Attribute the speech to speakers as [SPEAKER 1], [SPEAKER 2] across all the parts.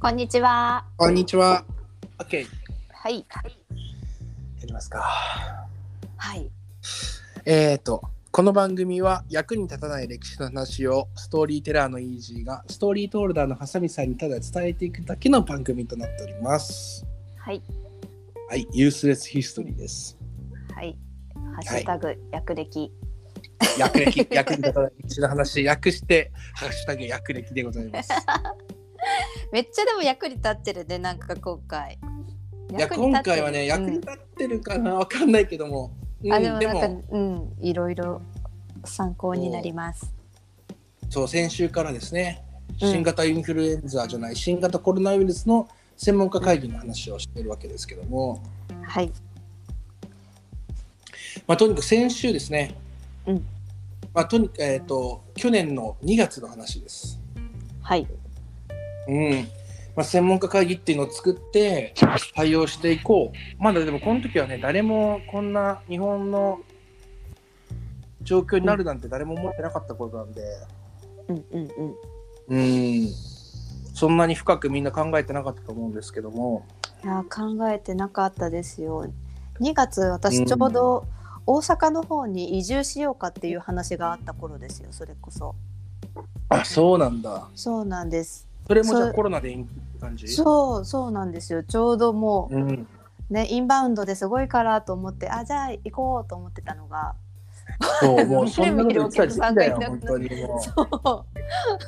[SPEAKER 1] こんにちは。
[SPEAKER 2] こんにちは。
[SPEAKER 3] OK。や
[SPEAKER 1] はい。
[SPEAKER 3] りますか。
[SPEAKER 1] はい。
[SPEAKER 2] えー、と、この番組は役に立たない歴史の話をストーリーテラーのイージーがストーリートールダーのハサミさんにただ伝えていくだけの番組となっております。
[SPEAKER 1] はい。
[SPEAKER 2] はい、ユースレスヒストリーです。
[SPEAKER 1] はい。ハッシュタグ、役歴。
[SPEAKER 2] 役歴、役に立たない歴史の話、略して、ハッシュタグ役歴でございます。
[SPEAKER 1] めっちゃでも役に立ってるね、なんか今回。
[SPEAKER 2] いや、今回はね、 役
[SPEAKER 1] 役
[SPEAKER 2] に
[SPEAKER 1] に立ってる
[SPEAKER 2] 立ってるかな、わかんないけども。
[SPEAKER 1] うんあ、
[SPEAKER 2] うん
[SPEAKER 1] でも
[SPEAKER 2] で
[SPEAKER 1] なん
[SPEAKER 2] も
[SPEAKER 1] か、うん、いろいろ参考になります。
[SPEAKER 2] そう、先週からですね、
[SPEAKER 1] うん
[SPEAKER 2] 新型インフルエンザじゃない、新型コロナウイルスの専門家会議の話をしてるわけですけども、
[SPEAKER 1] はい。
[SPEAKER 2] まあ、とにかく先週ですね、
[SPEAKER 1] うん
[SPEAKER 2] まあ、とにかく、えー、と去年の2月の話です。
[SPEAKER 1] はい。
[SPEAKER 2] うんまあ、専門家会議っていうのを作って対応していこう。まだでもこの時はね、誰もこんな日本の状況になるなんて誰も思ってなかったことなんで、
[SPEAKER 1] うんうんうん。
[SPEAKER 2] うん、そんなに深くみんな考えてなかったと思うんですけども、
[SPEAKER 1] いや考えてなかったですよ。2月私ちょうど大阪の方に移住しようかっていう話があった頃ですよそれこそ。
[SPEAKER 2] あ、そうなんだ。
[SPEAKER 1] そうなんです。
[SPEAKER 2] それもじゃ
[SPEAKER 1] そ
[SPEAKER 2] あ
[SPEAKER 1] う
[SPEAKER 2] コロナで延期って感じ
[SPEAKER 1] そうそうなんですよちょうども
[SPEAKER 2] うん、
[SPEAKER 1] うねインバウンドですごいからと思ってあじゃあ行こうと思ってたのが
[SPEAKER 2] そう、もう そんなこと言ってた時期だよ
[SPEAKER 1] テ、レビ
[SPEAKER 2] 本
[SPEAKER 1] 見るお
[SPEAKER 2] 当にもう。
[SPEAKER 1] そ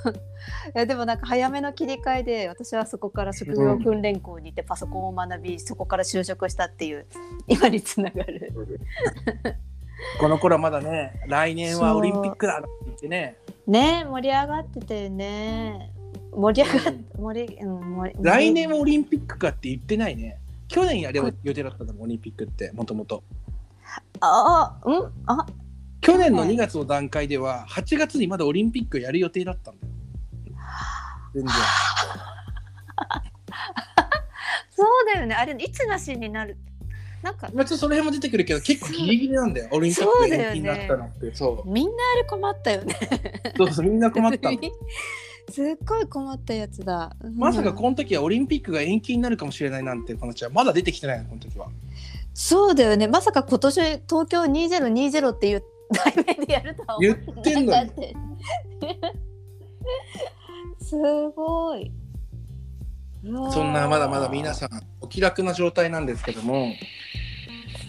[SPEAKER 1] う いやでもなんか早めの切り替えで私はそこから職業訓練校に行ってパソコンを学びそこから就職したっていう今につながる。
[SPEAKER 2] この頃はまだね、来年はオリンピックだって言ってね、
[SPEAKER 1] ね盛り上がっててね盛り上がっ盛り、うん、盛り
[SPEAKER 2] 来年はオリンピックかって言ってないね。去年やれば予定だったんだもん、オリンピックって、もともと。
[SPEAKER 1] ああうんあ
[SPEAKER 2] 去年の2月の段階では、8月にまだオリンピックやる予定だったんだよ。全然。
[SPEAKER 1] そうだよねあれいつなしになるなんか
[SPEAKER 2] まあ、ちょっとその辺も出てくるけど、結構ギリギリなんだよ、オリンピックが延期になったのって。そう,、
[SPEAKER 1] みんなあれ困ったよね
[SPEAKER 2] そうそう、みんな困ったの。
[SPEAKER 1] すっごい困ったやつだ。うん
[SPEAKER 2] まさかこの時はオリンピックが延期になるかもしれないなんていう話はまだ出てきてないの、この時は。
[SPEAKER 1] そうだよね。まさか今年東京2020っていう題名でやるとは
[SPEAKER 2] 言
[SPEAKER 1] 思
[SPEAKER 2] ってんの
[SPEAKER 1] なか
[SPEAKER 2] に
[SPEAKER 1] っ。たよね すごい。うわー
[SPEAKER 2] そんなまだまだ皆さんお気楽な状態なんですけども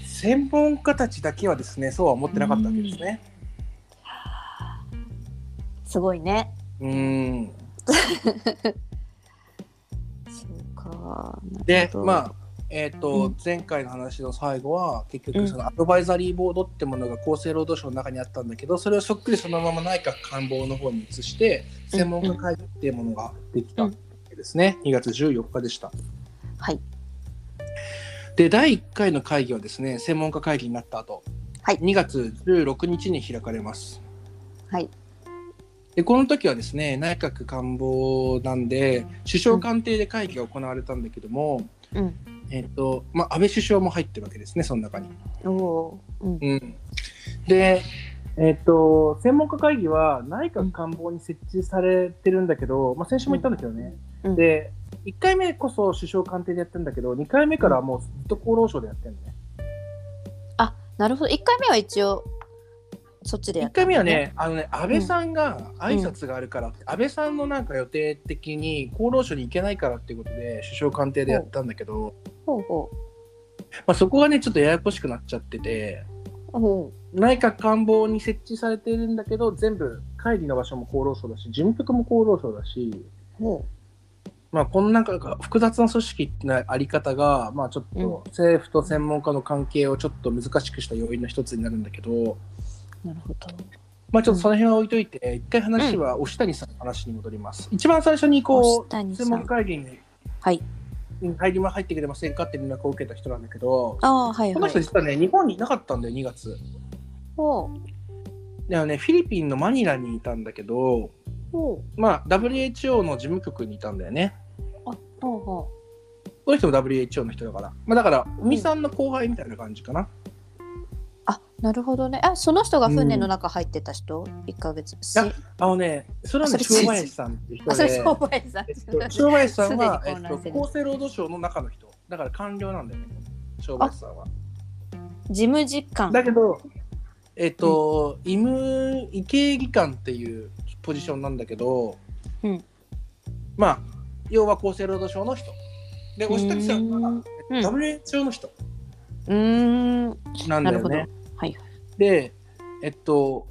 [SPEAKER 2] 専門家たちだけはですねそうは思ってなかったわけですね。
[SPEAKER 1] すごいね。
[SPEAKER 2] うん
[SPEAKER 1] そうか。
[SPEAKER 2] で
[SPEAKER 1] なるほど
[SPEAKER 2] まあえーと
[SPEAKER 1] うん
[SPEAKER 2] 前回の話の最後は結
[SPEAKER 1] う
[SPEAKER 2] 局
[SPEAKER 1] ん
[SPEAKER 2] そのアドバイザリーボードってものが厚生労働省の中にあったんだけどそれをそっくりそのまま内閣官房の方に移して専門家会議っていうものができたわけですね2月14日でした。
[SPEAKER 1] はい
[SPEAKER 2] で第1回の会議はですね専門家会議になった後、
[SPEAKER 1] はい
[SPEAKER 2] 2月16日に開かれます。
[SPEAKER 1] はい
[SPEAKER 2] でこの時はですね内閣官房なんで首相官邸で会議が行われたんだけども、
[SPEAKER 1] うん
[SPEAKER 2] えっとまあ、安倍首相も入ってるわけですねその中に。
[SPEAKER 1] おおー。うん
[SPEAKER 2] うん、で、えっと専門家会議は内閣官房に設置されてるんだけど、まあ、先週も言ったんだけどね、
[SPEAKER 1] うん
[SPEAKER 2] で1回目こそ首相官邸でやってんだけど2回目からはもうずっと厚労省でやってるのね。
[SPEAKER 1] あなるほど。一回目は一応そっちでや
[SPEAKER 2] 1
[SPEAKER 1] った
[SPEAKER 2] 回
[SPEAKER 1] ん
[SPEAKER 2] 目
[SPEAKER 1] だ
[SPEAKER 2] は。ねあのね安倍さんが挨拶があるからって、安倍さんのなんか予定的に厚労省に行けないからっていうことで首相官邸でやったんだけど、
[SPEAKER 1] ほうほ
[SPEAKER 2] まあ、そこがねちょっとややこしくなっちゃってて
[SPEAKER 1] う。ほ
[SPEAKER 2] 内閣官房に設置されてるんだけど全部会議の場所も厚労省だし事務局も厚労省だし、
[SPEAKER 1] うほ
[SPEAKER 2] まあ、このなんか複雑な組織のあり方が、まあ、ちょっと政府と専門家の関係をちょっと難しくした要因の一つになるんだけど。
[SPEAKER 1] う。なるほど。
[SPEAKER 2] まあちょっとその辺は置いといて、一回話は押谷さんの話に戻ります。一番最初にこ
[SPEAKER 1] 押
[SPEAKER 2] う、
[SPEAKER 1] 谷さん
[SPEAKER 2] 専門会議に
[SPEAKER 1] はい。
[SPEAKER 2] 入りま入ってくれませんかって連絡を受けた人なんだけど、
[SPEAKER 1] ああはい
[SPEAKER 2] この
[SPEAKER 1] は
[SPEAKER 2] 人
[SPEAKER 1] い。
[SPEAKER 2] 実はね、日本にいなかったんだよ、2月。
[SPEAKER 1] ほう
[SPEAKER 2] でね、フィリピンのマニラにいたんだけど、
[SPEAKER 1] ほ
[SPEAKER 2] まあ WHO の事務局にいたんだよね。
[SPEAKER 1] う。あほうほ
[SPEAKER 2] この人も WHO の人だから。まあだから、尾身さんの後輩みたいな感じかな。
[SPEAKER 1] う。あなるほどね。あ、その人が船の中入ってた人、一ヶ月。し
[SPEAKER 2] やあのね、それはね、
[SPEAKER 1] あそれ
[SPEAKER 2] 塩林さんって人
[SPEAKER 1] あ、それ
[SPEAKER 2] で
[SPEAKER 1] 商、売さん。
[SPEAKER 2] えっと塩林さ んは、
[SPEAKER 1] すで
[SPEAKER 2] え
[SPEAKER 1] に
[SPEAKER 2] っ
[SPEAKER 1] 混乱し
[SPEAKER 2] と、
[SPEAKER 1] てる
[SPEAKER 2] 厚生労働省の中の人、だから官僚なんだよね、塩林さんは。
[SPEAKER 1] 事務次官。
[SPEAKER 2] だけど、えっと、医務、医系技官っていうポジションなんだけど、
[SPEAKER 1] うん
[SPEAKER 2] まあ、要は厚生労働省の人。で、押竹さんは、
[SPEAKER 1] うん
[SPEAKER 2] WHO の人
[SPEAKER 1] うーん。
[SPEAKER 2] なん
[SPEAKER 1] なる
[SPEAKER 2] だよ
[SPEAKER 1] ほど
[SPEAKER 2] ね。。
[SPEAKER 1] はい。
[SPEAKER 2] で、えっと、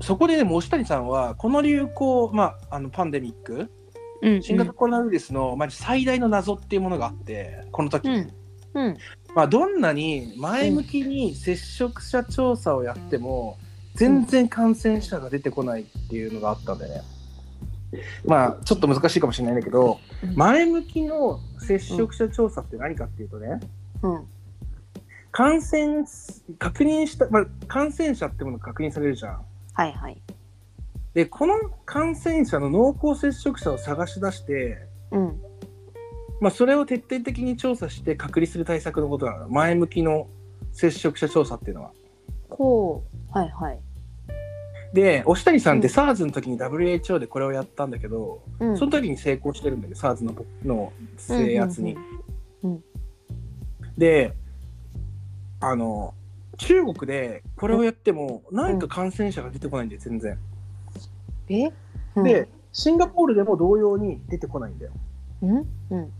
[SPEAKER 2] そこででも押谷さんは、この流行、まあ、あのパンデミック、
[SPEAKER 1] うんうん。
[SPEAKER 2] 新型コロナウイルスの、まあ、最大の謎っていうものがあって、この時、
[SPEAKER 1] うん。うん。
[SPEAKER 2] まあ、どんなに前向きに接触者調査をやっても、全然感染者が出てこないっていうのがあったんだよね。まあ、ちょっと難しいかもしれないんだけど、前向きの接触者調査って何かっていうとね、
[SPEAKER 1] うん。
[SPEAKER 2] 感染確認した、まあ、感染者ってものが確認されるじゃん。
[SPEAKER 1] はいはい。
[SPEAKER 2] でこの感染者の濃厚接触者を探し出して、
[SPEAKER 1] うん。
[SPEAKER 2] まあ、それを徹底的に調査して隔離する対策のことなの前向きの接触者調査っていうのは。
[SPEAKER 1] こう。はいはい。
[SPEAKER 2] で押谷さんって
[SPEAKER 1] うん
[SPEAKER 2] SARS の時に WHO でこれをやったんだけど、
[SPEAKER 1] うん。
[SPEAKER 2] その時に成功してるんだけど SARS のの制圧に。
[SPEAKER 1] うん
[SPEAKER 2] であの中国でこれをやってもなんか感染者が出てこないんだよ全然。
[SPEAKER 1] え。うん
[SPEAKER 2] で。シンガポールでも同様に出てこないんだよ。
[SPEAKER 1] うん。うん。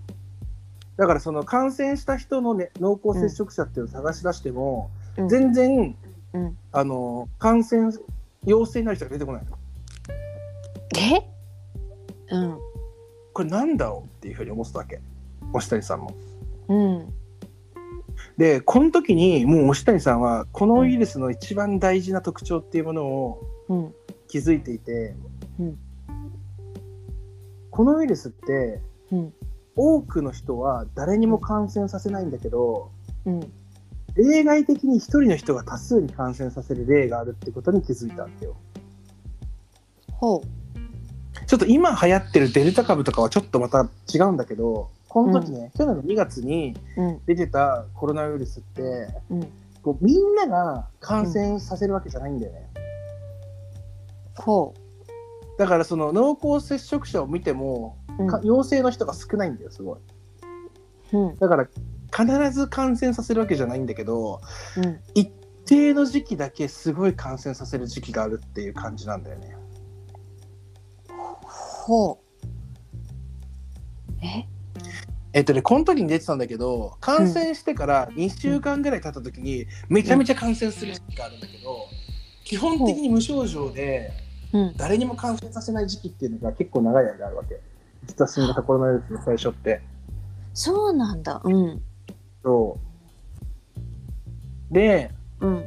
[SPEAKER 2] だからその感染した人の、ね、濃厚接触者っていうのを探し出しても、
[SPEAKER 1] うん
[SPEAKER 2] 全然、
[SPEAKER 1] うん
[SPEAKER 2] あの感染陽性になる人が出てこないの
[SPEAKER 1] え。うん。
[SPEAKER 2] これなんだろうっていうふうに思ってたわけ押谷さんも。
[SPEAKER 1] うん。
[SPEAKER 2] でこの時にもう押谷さんはこのウイルスの一番大事な特徴っていうものを
[SPEAKER 1] うん。
[SPEAKER 2] 気づいていて、
[SPEAKER 1] うん
[SPEAKER 2] このウイルスって、
[SPEAKER 1] うん
[SPEAKER 2] 多くの人は誰にも感染させないんだけど、
[SPEAKER 1] うん。
[SPEAKER 2] 例外的に一人の人が多数に感染させる例があるってことに気づいたんだよ。
[SPEAKER 1] ほ
[SPEAKER 2] ちょっと今流行ってるデルタ株とかはちょっとまた違うんだけど、この時ね、去年の2月に
[SPEAKER 1] う。うん。
[SPEAKER 2] 出てたコロナウイルスって、
[SPEAKER 1] うん。
[SPEAKER 2] こうみんなが感染させるわけじゃないんだよね。
[SPEAKER 1] ほ
[SPEAKER 2] だからその濃厚接触者を見ても、
[SPEAKER 1] う。うん
[SPEAKER 2] か。陽性の人が少ないんだよ、すごい。
[SPEAKER 1] うん。
[SPEAKER 2] だから必ず感染させるわけじゃないんだけど、
[SPEAKER 1] うん。
[SPEAKER 2] 一定の時期だけすごい感染させる時期があるっていう感じなんだよね。
[SPEAKER 1] ほう。え。
[SPEAKER 2] えっとね、この時に出てたんだけど感染してから2週間ぐらい経った時にめちゃめちゃ感染する時期があるんだけど、基本的に無症状で
[SPEAKER 1] うん。
[SPEAKER 2] 誰にも感染させない時期っていうのが結構長い間あるわけ実は新型コロナウイルスの最初って。
[SPEAKER 1] そうなんだ。うん。
[SPEAKER 2] そうで
[SPEAKER 1] うん。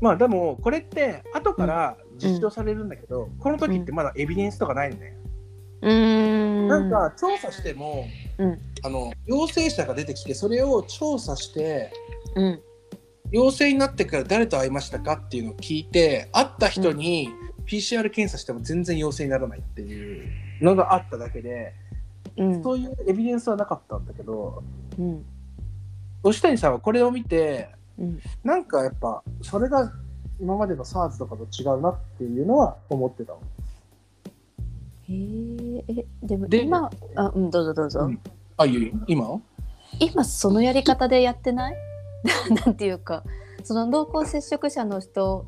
[SPEAKER 2] まあでもこれって後から実証されるんだけど、この時ってまだエビデンスとかないのね、
[SPEAKER 1] うーん。
[SPEAKER 2] なんか調査しても、
[SPEAKER 1] うん
[SPEAKER 2] あの陽性者が出てきてそれを調査して
[SPEAKER 1] うん。
[SPEAKER 2] 陽性になってから誰と会いましたかっていうのを聞いて会った人に PCR 検査しても全然陽性にならないっていうのがあっただけで、
[SPEAKER 1] うん。
[SPEAKER 2] そういうエビデンスはなかったんだけど
[SPEAKER 1] うん。
[SPEAKER 2] 押谷さんはこれを見て
[SPEAKER 1] うん。
[SPEAKER 2] なんかやっぱそれが今までの SARS とかと違うなっていうのは思ってたの
[SPEAKER 1] へーえ、でも
[SPEAKER 2] で
[SPEAKER 1] 今、あ、うん、どうぞどうぞ。
[SPEAKER 2] うんあゆい今
[SPEAKER 1] 今そのやり方でやってない なんていうか、その濃厚接触者の人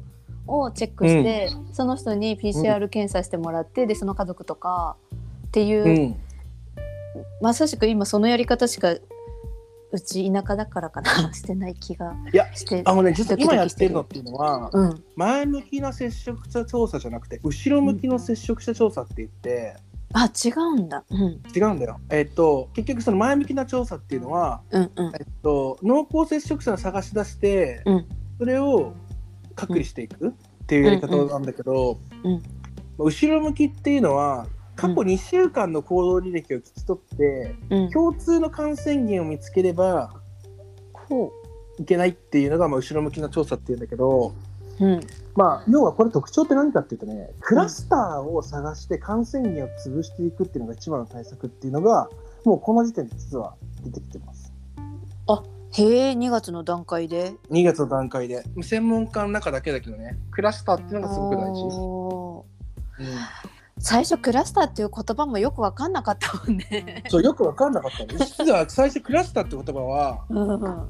[SPEAKER 1] をチェックして、その人に PCR 検査してもらって、で、その家族とかっていう、
[SPEAKER 2] うん
[SPEAKER 1] まさしく今そのやり方しか、うち田舎だからか な、してない気が
[SPEAKER 2] いや
[SPEAKER 1] して。
[SPEAKER 2] あのね実は今
[SPEAKER 1] ド
[SPEAKER 2] や
[SPEAKER 1] キドキ
[SPEAKER 2] っ
[SPEAKER 1] して
[SPEAKER 2] て
[SPEAKER 1] る
[SPEAKER 2] るのっていうのは
[SPEAKER 1] うん、
[SPEAKER 2] 前向きな接触者調査じゃなくて後ろ向きの接触者調査って言って、
[SPEAKER 1] あ違うんだ。うん
[SPEAKER 2] 違うんだよ、えっと結局その前向きな調査っていうのは、
[SPEAKER 1] うんうん
[SPEAKER 2] えっと、濃厚接触者を探し出して、
[SPEAKER 1] うん
[SPEAKER 2] それを隔離していくっていうやり方なんだけど、
[SPEAKER 1] うんうん
[SPEAKER 2] 後ろ向きっていうのは過去
[SPEAKER 1] うん
[SPEAKER 2] 2週間の行動履歴を聞き取って、
[SPEAKER 1] うん。
[SPEAKER 2] 共通の感染源を見つければ
[SPEAKER 1] こ
[SPEAKER 2] いけないっていうのが、まあ、後ろ向きな調査っていうんだけど、
[SPEAKER 1] う。うん
[SPEAKER 2] まあ、要はこれ特徴って何かっていうとねクラスターを探して感染源を潰していくっていうのが一番の対策っていうのがもうこの時点で実は出てきてます。
[SPEAKER 1] へえ、2月の段階で。
[SPEAKER 2] 2月の段階で専門家の中だけだけどねクラスターっていうのがすごく大事、
[SPEAKER 1] おー
[SPEAKER 2] うん
[SPEAKER 1] 最初クラスターっていう言葉もよく分かんなかったもんね。
[SPEAKER 2] そうよく分かんなかったの実は最初クラスターって言葉は
[SPEAKER 1] うん、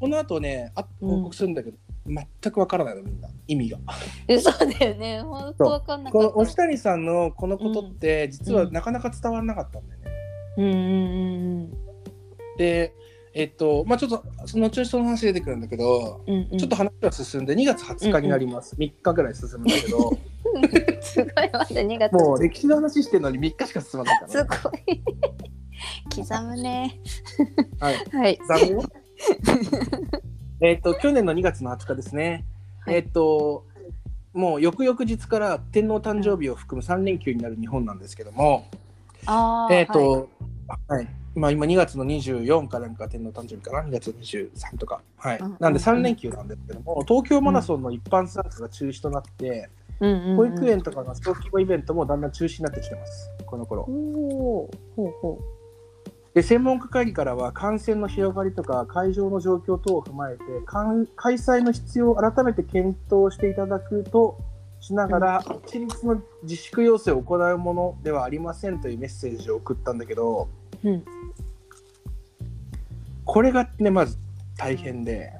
[SPEAKER 2] この後ねあ報告するんだけど、全く分からないのみんな意味が
[SPEAKER 1] えそうだよね。本当分かんなか
[SPEAKER 2] こ
[SPEAKER 1] った。
[SPEAKER 2] の押谷さんのこのことって実はなかなか伝わらなかったんだよね、
[SPEAKER 1] うんうん
[SPEAKER 2] でえっとまあちょっとその後々その話出てくるんだけど、
[SPEAKER 1] うんうんうん。
[SPEAKER 2] ちょっと話が進んで2月20日になります、3日ぐらい進むんだけど
[SPEAKER 1] すごいまだ2月。
[SPEAKER 2] もう歴史の話してるのに3日しか進まないから
[SPEAKER 1] す
[SPEAKER 2] ね、
[SPEAKER 1] ごい。 刻むね。
[SPEAKER 2] はい
[SPEAKER 1] はい。
[SPEAKER 2] 残 念えっと去年の2月の20日ですね、
[SPEAKER 1] はい
[SPEAKER 2] えっともう翌々日から天皇誕生日を含む3連休になる日本なんですけども、
[SPEAKER 1] ああ。
[SPEAKER 2] えっ、と、はい、まあ今2月の24かなんか天皇誕生日かな、2月の23とか、はい、
[SPEAKER 1] うん
[SPEAKER 2] なんで3連休なんですけども、東京マラソンの一般参加が中止となって、
[SPEAKER 1] はい、うんうんうん
[SPEAKER 2] 保育。園とかの小規模イベントもだんだん中止になってきてます、この頃
[SPEAKER 1] お。お。ほうほ
[SPEAKER 2] で、専門家会議からは感染の広がりとか会場の状況等を踏まえて、かん開催の必要を改めて検討していただくと。しながら一律の自粛要請を行うものではありませんというメッセージを送ったんだけど、
[SPEAKER 1] う。うん。
[SPEAKER 2] これがねまず大変で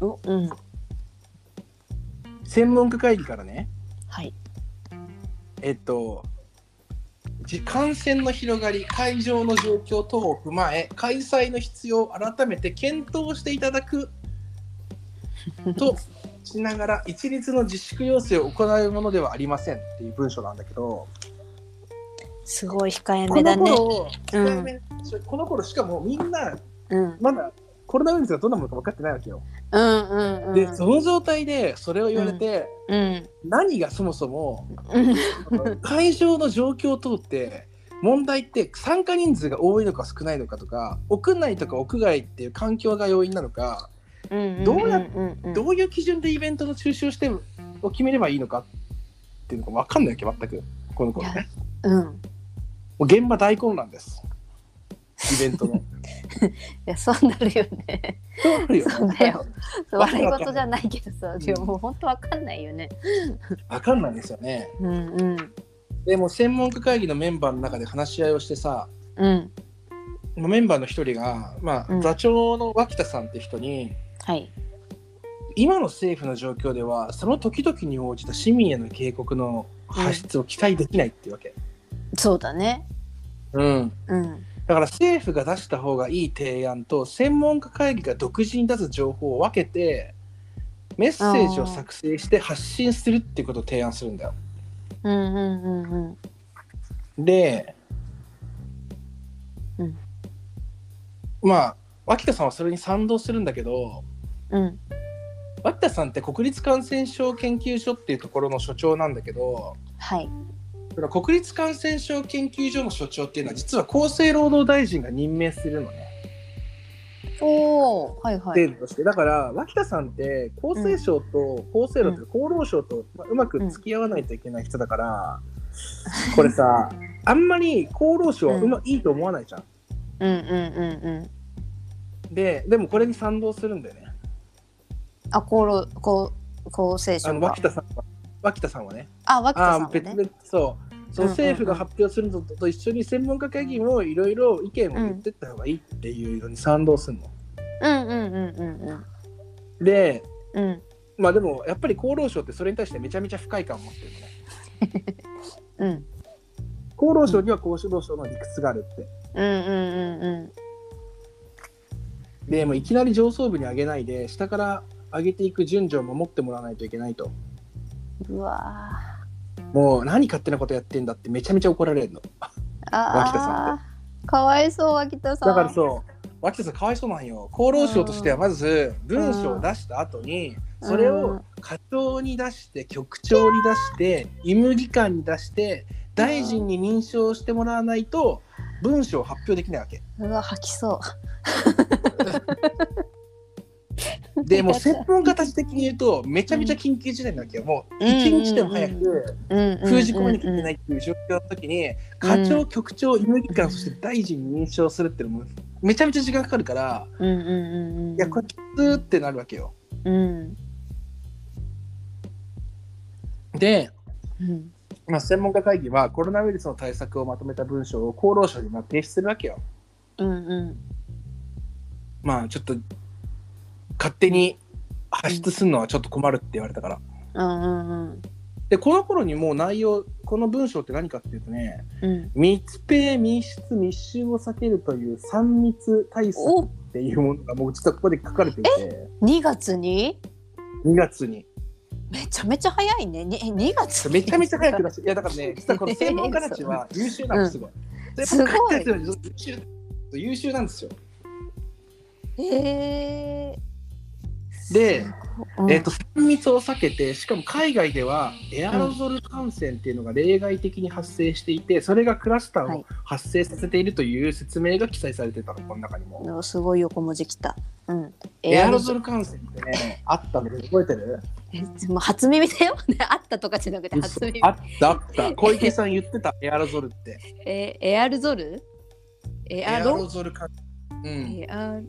[SPEAKER 1] おうん。
[SPEAKER 2] 専門家会議からね
[SPEAKER 1] はい。
[SPEAKER 2] えっとじ感染の広がり会場の状況等を踏まえ開催の必要を改めて検討していただくとしながら一律の自粛要請を行うものではありませんっていう文章なんだけど
[SPEAKER 1] すごい控え
[SPEAKER 2] こ
[SPEAKER 1] めだ
[SPEAKER 2] の
[SPEAKER 1] ね。
[SPEAKER 2] 頃、
[SPEAKER 1] うん
[SPEAKER 2] この頃しかもみんな
[SPEAKER 1] うん。
[SPEAKER 2] まだコロナウイルスがどんなものか分かってないわけよ。
[SPEAKER 1] うんうんうん。
[SPEAKER 2] でその状態でそれを言われて、
[SPEAKER 1] うん。
[SPEAKER 2] 何がそもそも
[SPEAKER 1] うん。
[SPEAKER 2] 会場の状況を通って問題って参加人数が多いのか少ないのかとか屋内とか屋外っていう環境が要因なのか
[SPEAKER 1] うん
[SPEAKER 2] どうや
[SPEAKER 1] んうんうん
[SPEAKER 2] どういう基準でイベントの中止をしてを決めればいいのかっていうのが分かんないわけ全くこの子
[SPEAKER 1] いや
[SPEAKER 2] ね
[SPEAKER 1] うん。
[SPEAKER 2] もう現場大混乱ですイベン トの
[SPEAKER 1] いやそうなるよね。
[SPEAKER 2] そうなるよね
[SPEAKER 1] そうだよ。
[SPEAKER 2] わか
[SPEAKER 1] 笑
[SPEAKER 2] んないい
[SPEAKER 1] 事じゃないけどさ、でももう本当わかんないよね。
[SPEAKER 2] 分かんないですよね
[SPEAKER 1] うんうん
[SPEAKER 2] でも専門家会議のメンバーの中で話し合いをしてさ
[SPEAKER 1] うん。
[SPEAKER 2] メンバーの一人が、ま
[SPEAKER 1] う
[SPEAKER 2] あ、
[SPEAKER 1] ん
[SPEAKER 2] 座長の脇田さんって人に、
[SPEAKER 1] はい。
[SPEAKER 2] 今の政府の状況ではその時々に応じた市民への警告の発出を期待できないっていうわけ、
[SPEAKER 1] そうだね。
[SPEAKER 2] うん、
[SPEAKER 1] うん
[SPEAKER 2] だから政府が出した方がいい提案と専門家会議が独自に出す情報を分けてメッセージを作成して発信するっていうことを提案するんだよ。
[SPEAKER 1] うんうんうんうん。
[SPEAKER 2] で、
[SPEAKER 1] うん
[SPEAKER 2] まあ脇田さんはそれに賛同するんだけど
[SPEAKER 1] うん
[SPEAKER 2] 脇田さんって国立感染症研究所っていうところの所長なんだけど。
[SPEAKER 1] はい。
[SPEAKER 2] その国立感染症研究所の所長っていうのは実は厚生労働大臣が任命するのね、
[SPEAKER 1] おおはいはい。
[SPEAKER 2] 制度としてだから脇田さんって厚生省と厚生労というか厚労省とまあうまく付き合わないといけない人だから、こ れさあんまり厚労省はうま、いいと思わないじゃん
[SPEAKER 1] うんうんうんうん。
[SPEAKER 2] ででもこれに賛同するんだよね
[SPEAKER 1] あ厚労こう厚生
[SPEAKER 2] あ
[SPEAKER 1] 省
[SPEAKER 2] の
[SPEAKER 1] が
[SPEAKER 2] 脇。田さんは脇田さんはね
[SPEAKER 1] あ脇田
[SPEAKER 2] あ
[SPEAKER 1] さん
[SPEAKER 2] あ
[SPEAKER 1] は
[SPEAKER 2] 別
[SPEAKER 1] ね。
[SPEAKER 2] 々そうその政府が発表するのと一緒に専門家会議もいろいろ意見を言ってった方がいいっていうのに賛同するの。
[SPEAKER 1] うんうんうんうん
[SPEAKER 2] で
[SPEAKER 1] うんうん
[SPEAKER 2] まあでもやっぱり厚労省ってそれに対してめちゃめちゃ不快感を持ってるの
[SPEAKER 1] うん
[SPEAKER 2] ね厚労省には厚労省の理屈があるって
[SPEAKER 1] うんうんうん
[SPEAKER 2] でもういきなり上層部に上げないで下から上げていく順序を守ってもらわないといけないと
[SPEAKER 1] うん。うわー
[SPEAKER 2] もう何勝手なことやってんだってめちゃめちゃ怒られるの脇田さん
[SPEAKER 1] ああかわいそう脇田さん。
[SPEAKER 2] だからそう脇田さんかわいそうなんよ厚労省としてはまず文章を出した後にそれを課長に出して局長に出して医務技官に出して大臣に認証してもらわないと文章を発表できないわけ
[SPEAKER 1] うわ吐きそう。
[SPEAKER 2] で もう専門家たち的に言うとめちゃめちゃ緊急事態なわけよもう一日でも早く封じ込めなきゃいけないっていう状況の時に課長局長医務機関そして大臣に認証するっていうのもめちゃめちゃ時間かかるから
[SPEAKER 1] うんうんうんうん
[SPEAKER 2] いやこれきつってなるわけよ。
[SPEAKER 1] うん
[SPEAKER 2] で、
[SPEAKER 1] うん
[SPEAKER 2] まあ、専門家会議はコロナウイルスの対策をまとめた文書を厚労省にまあ提出するわけよ。
[SPEAKER 1] うんうん
[SPEAKER 2] まあちょっと勝手に発出するのはちょっと困るって言われたから。
[SPEAKER 1] うんうん
[SPEAKER 2] でこの頃にもう内容この文章って何かっていうとね
[SPEAKER 1] うん
[SPEAKER 2] 密閉密室密集を避けるという3密対策
[SPEAKER 1] お
[SPEAKER 2] っていうものがもう実はここで書かれていて
[SPEAKER 1] 2月に
[SPEAKER 2] 2月に
[SPEAKER 1] めちゃめちゃ早いねにえ2月
[SPEAKER 2] めちゃめちゃ早く 出していやだからね実はこの専門家たちは優秀なんですすごい。
[SPEAKER 1] んすごい
[SPEAKER 2] やっぱ書いてあるより優秀優秀なんですよ。
[SPEAKER 1] えー、
[SPEAKER 2] です
[SPEAKER 1] ごい
[SPEAKER 2] えっと3密を避けてしかも海外ではエアロゾル感染っていうのが例外的に発生していてそれがクラスタ
[SPEAKER 1] は
[SPEAKER 2] ー
[SPEAKER 1] い
[SPEAKER 2] を発生させているという説明が記載されてたのこの中にも。
[SPEAKER 1] うんすごい横文字きた、うん、
[SPEAKER 2] エアロゾル感染ってねあったので覚えてる
[SPEAKER 1] えもう初耳だよ ねあったとかじゃなくて初耳
[SPEAKER 2] あった あった小池さん言ってたエアロゾルって。
[SPEAKER 1] えーエアルゾルエ
[SPEAKER 2] エ
[SPEAKER 1] ア
[SPEAKER 2] ア
[SPEAKER 1] ロ
[SPEAKER 2] ロゾル感染。うん
[SPEAKER 1] エア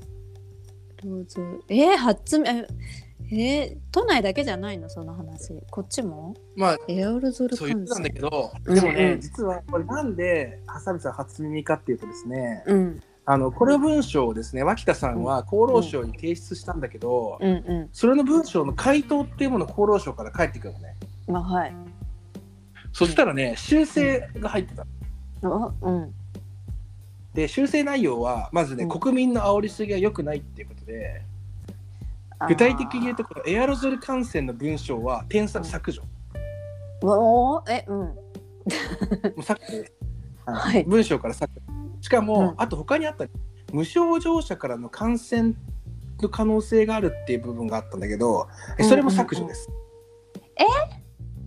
[SPEAKER 1] ロゾルえー、初耳えー、都内だけじゃないのその話こっちも
[SPEAKER 2] まあ
[SPEAKER 1] エアルゾル
[SPEAKER 2] そう言っ
[SPEAKER 1] 感
[SPEAKER 2] てたん
[SPEAKER 1] 染
[SPEAKER 2] だけど、
[SPEAKER 1] うん
[SPEAKER 2] でも
[SPEAKER 1] う
[SPEAKER 2] ね、
[SPEAKER 1] ん
[SPEAKER 2] 実はこれなんでハサミさん初耳かっていうとですね、
[SPEAKER 1] うん
[SPEAKER 2] あのこの文章をですね脇田さんは厚労省に提出したんだけど、
[SPEAKER 1] うんう
[SPEAKER 2] それの文章の回答っていうものを厚労省から返ってくるのね。
[SPEAKER 1] んまあはい
[SPEAKER 2] そしたらね修正が入ってた。
[SPEAKER 1] あうん
[SPEAKER 2] で修正内容はまずね、
[SPEAKER 1] うん
[SPEAKER 2] 国民の煽りすぎは良くないっていうことで
[SPEAKER 1] あー
[SPEAKER 2] 具体的に言うとこのエアロゾル感染の文章は添削削除。
[SPEAKER 1] おーえうん
[SPEAKER 2] もう削除です
[SPEAKER 1] はい
[SPEAKER 2] 文章から削除しかも、
[SPEAKER 1] うん
[SPEAKER 2] あと他にあった無症状者からの感染の可能性があるっていう部分があったんだけどえそれも削除です、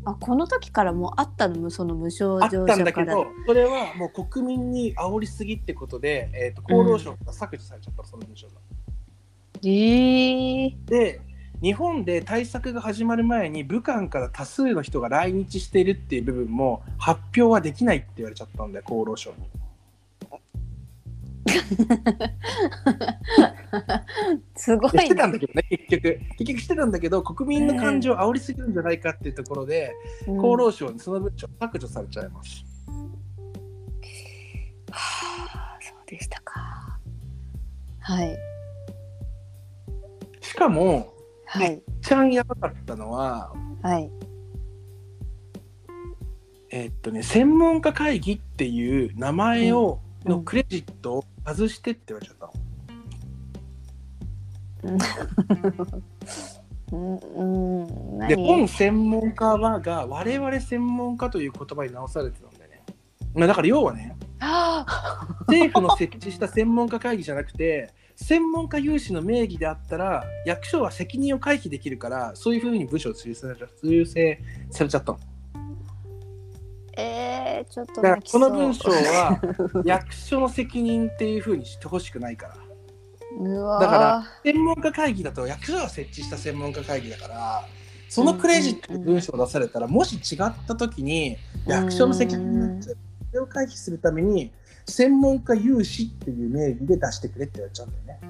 [SPEAKER 1] あこの時からもうあったのむその無症
[SPEAKER 2] あ
[SPEAKER 1] 状
[SPEAKER 2] ったん
[SPEAKER 1] 者
[SPEAKER 2] だ
[SPEAKER 1] か
[SPEAKER 2] け
[SPEAKER 1] ら
[SPEAKER 2] どそれはもう国民に煽りすぎってことで、えー、と厚労省が削除されちゃった、その文章が。
[SPEAKER 1] えー、
[SPEAKER 2] で日本で対策が始まる前に武漢から多数の人が来日しているっていう部分も発表はできないって言われちゃったんだよ厚労省に。
[SPEAKER 1] すごい、
[SPEAKER 2] してた
[SPEAKER 1] ね
[SPEAKER 2] んだけどね結局結局してたんだけど国民の感情を煽りすぎるんじゃないかっていうところで、
[SPEAKER 1] うん
[SPEAKER 2] 厚労省にその文章削除されちゃいます。
[SPEAKER 1] はあそうでしたかはい
[SPEAKER 2] しかも、
[SPEAKER 1] はい
[SPEAKER 2] ちゃんやばかったのは、
[SPEAKER 1] はい
[SPEAKER 2] えーっとね、専門家会議っていう名前を、
[SPEAKER 1] うん
[SPEAKER 2] のクレジットを外してって言われちゃったの。
[SPEAKER 1] うんうん何
[SPEAKER 2] で、本専門家はが、我々専門家という言葉に直されてたんだよね。まあ、だから要はね、
[SPEAKER 1] はあ
[SPEAKER 2] 政府の設置した専門家会議じゃなくて、専門家有志の名義であったら、役所は責任を回避できるから、そういうふうに文章を修正されちゃ修正されちゃったの。
[SPEAKER 1] えー、ちょっと
[SPEAKER 2] だから
[SPEAKER 1] 泣き
[SPEAKER 2] こ
[SPEAKER 1] そう
[SPEAKER 2] の文章は役所の責任っていうふうにしてほしくないから
[SPEAKER 1] うわ
[SPEAKER 2] だから専門家会議だと役所が設置した専門家会議だからそのクレジットで文章を出されたらもし違った時に役所の責任になっちゃうそれを回避するために専門家有志っていう名義で出してくれって言われちゃうんだよね。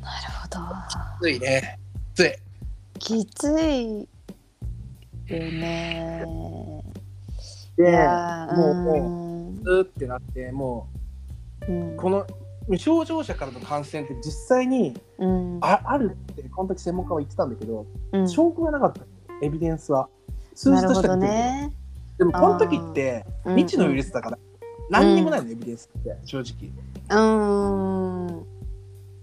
[SPEAKER 1] なるほど
[SPEAKER 2] ついね。つい。
[SPEAKER 1] きついよねい
[SPEAKER 2] で
[SPEAKER 1] やー
[SPEAKER 2] もう
[SPEAKER 1] も
[SPEAKER 2] ずーってなっても
[SPEAKER 1] う、うん
[SPEAKER 2] うこの無症状者からの感染って実際に
[SPEAKER 1] うん
[SPEAKER 2] ああるってこの時専門家は言ってたんだけど
[SPEAKER 1] うん
[SPEAKER 2] 証拠がなかったのエビデンスは数
[SPEAKER 1] な
[SPEAKER 2] 字
[SPEAKER 1] る
[SPEAKER 2] と
[SPEAKER 1] ほ
[SPEAKER 2] して
[SPEAKER 1] ど
[SPEAKER 2] は出てる
[SPEAKER 1] ね
[SPEAKER 2] でもこの時って未知のウイルスだから何にもないのエビデンスって正直
[SPEAKER 1] うんうん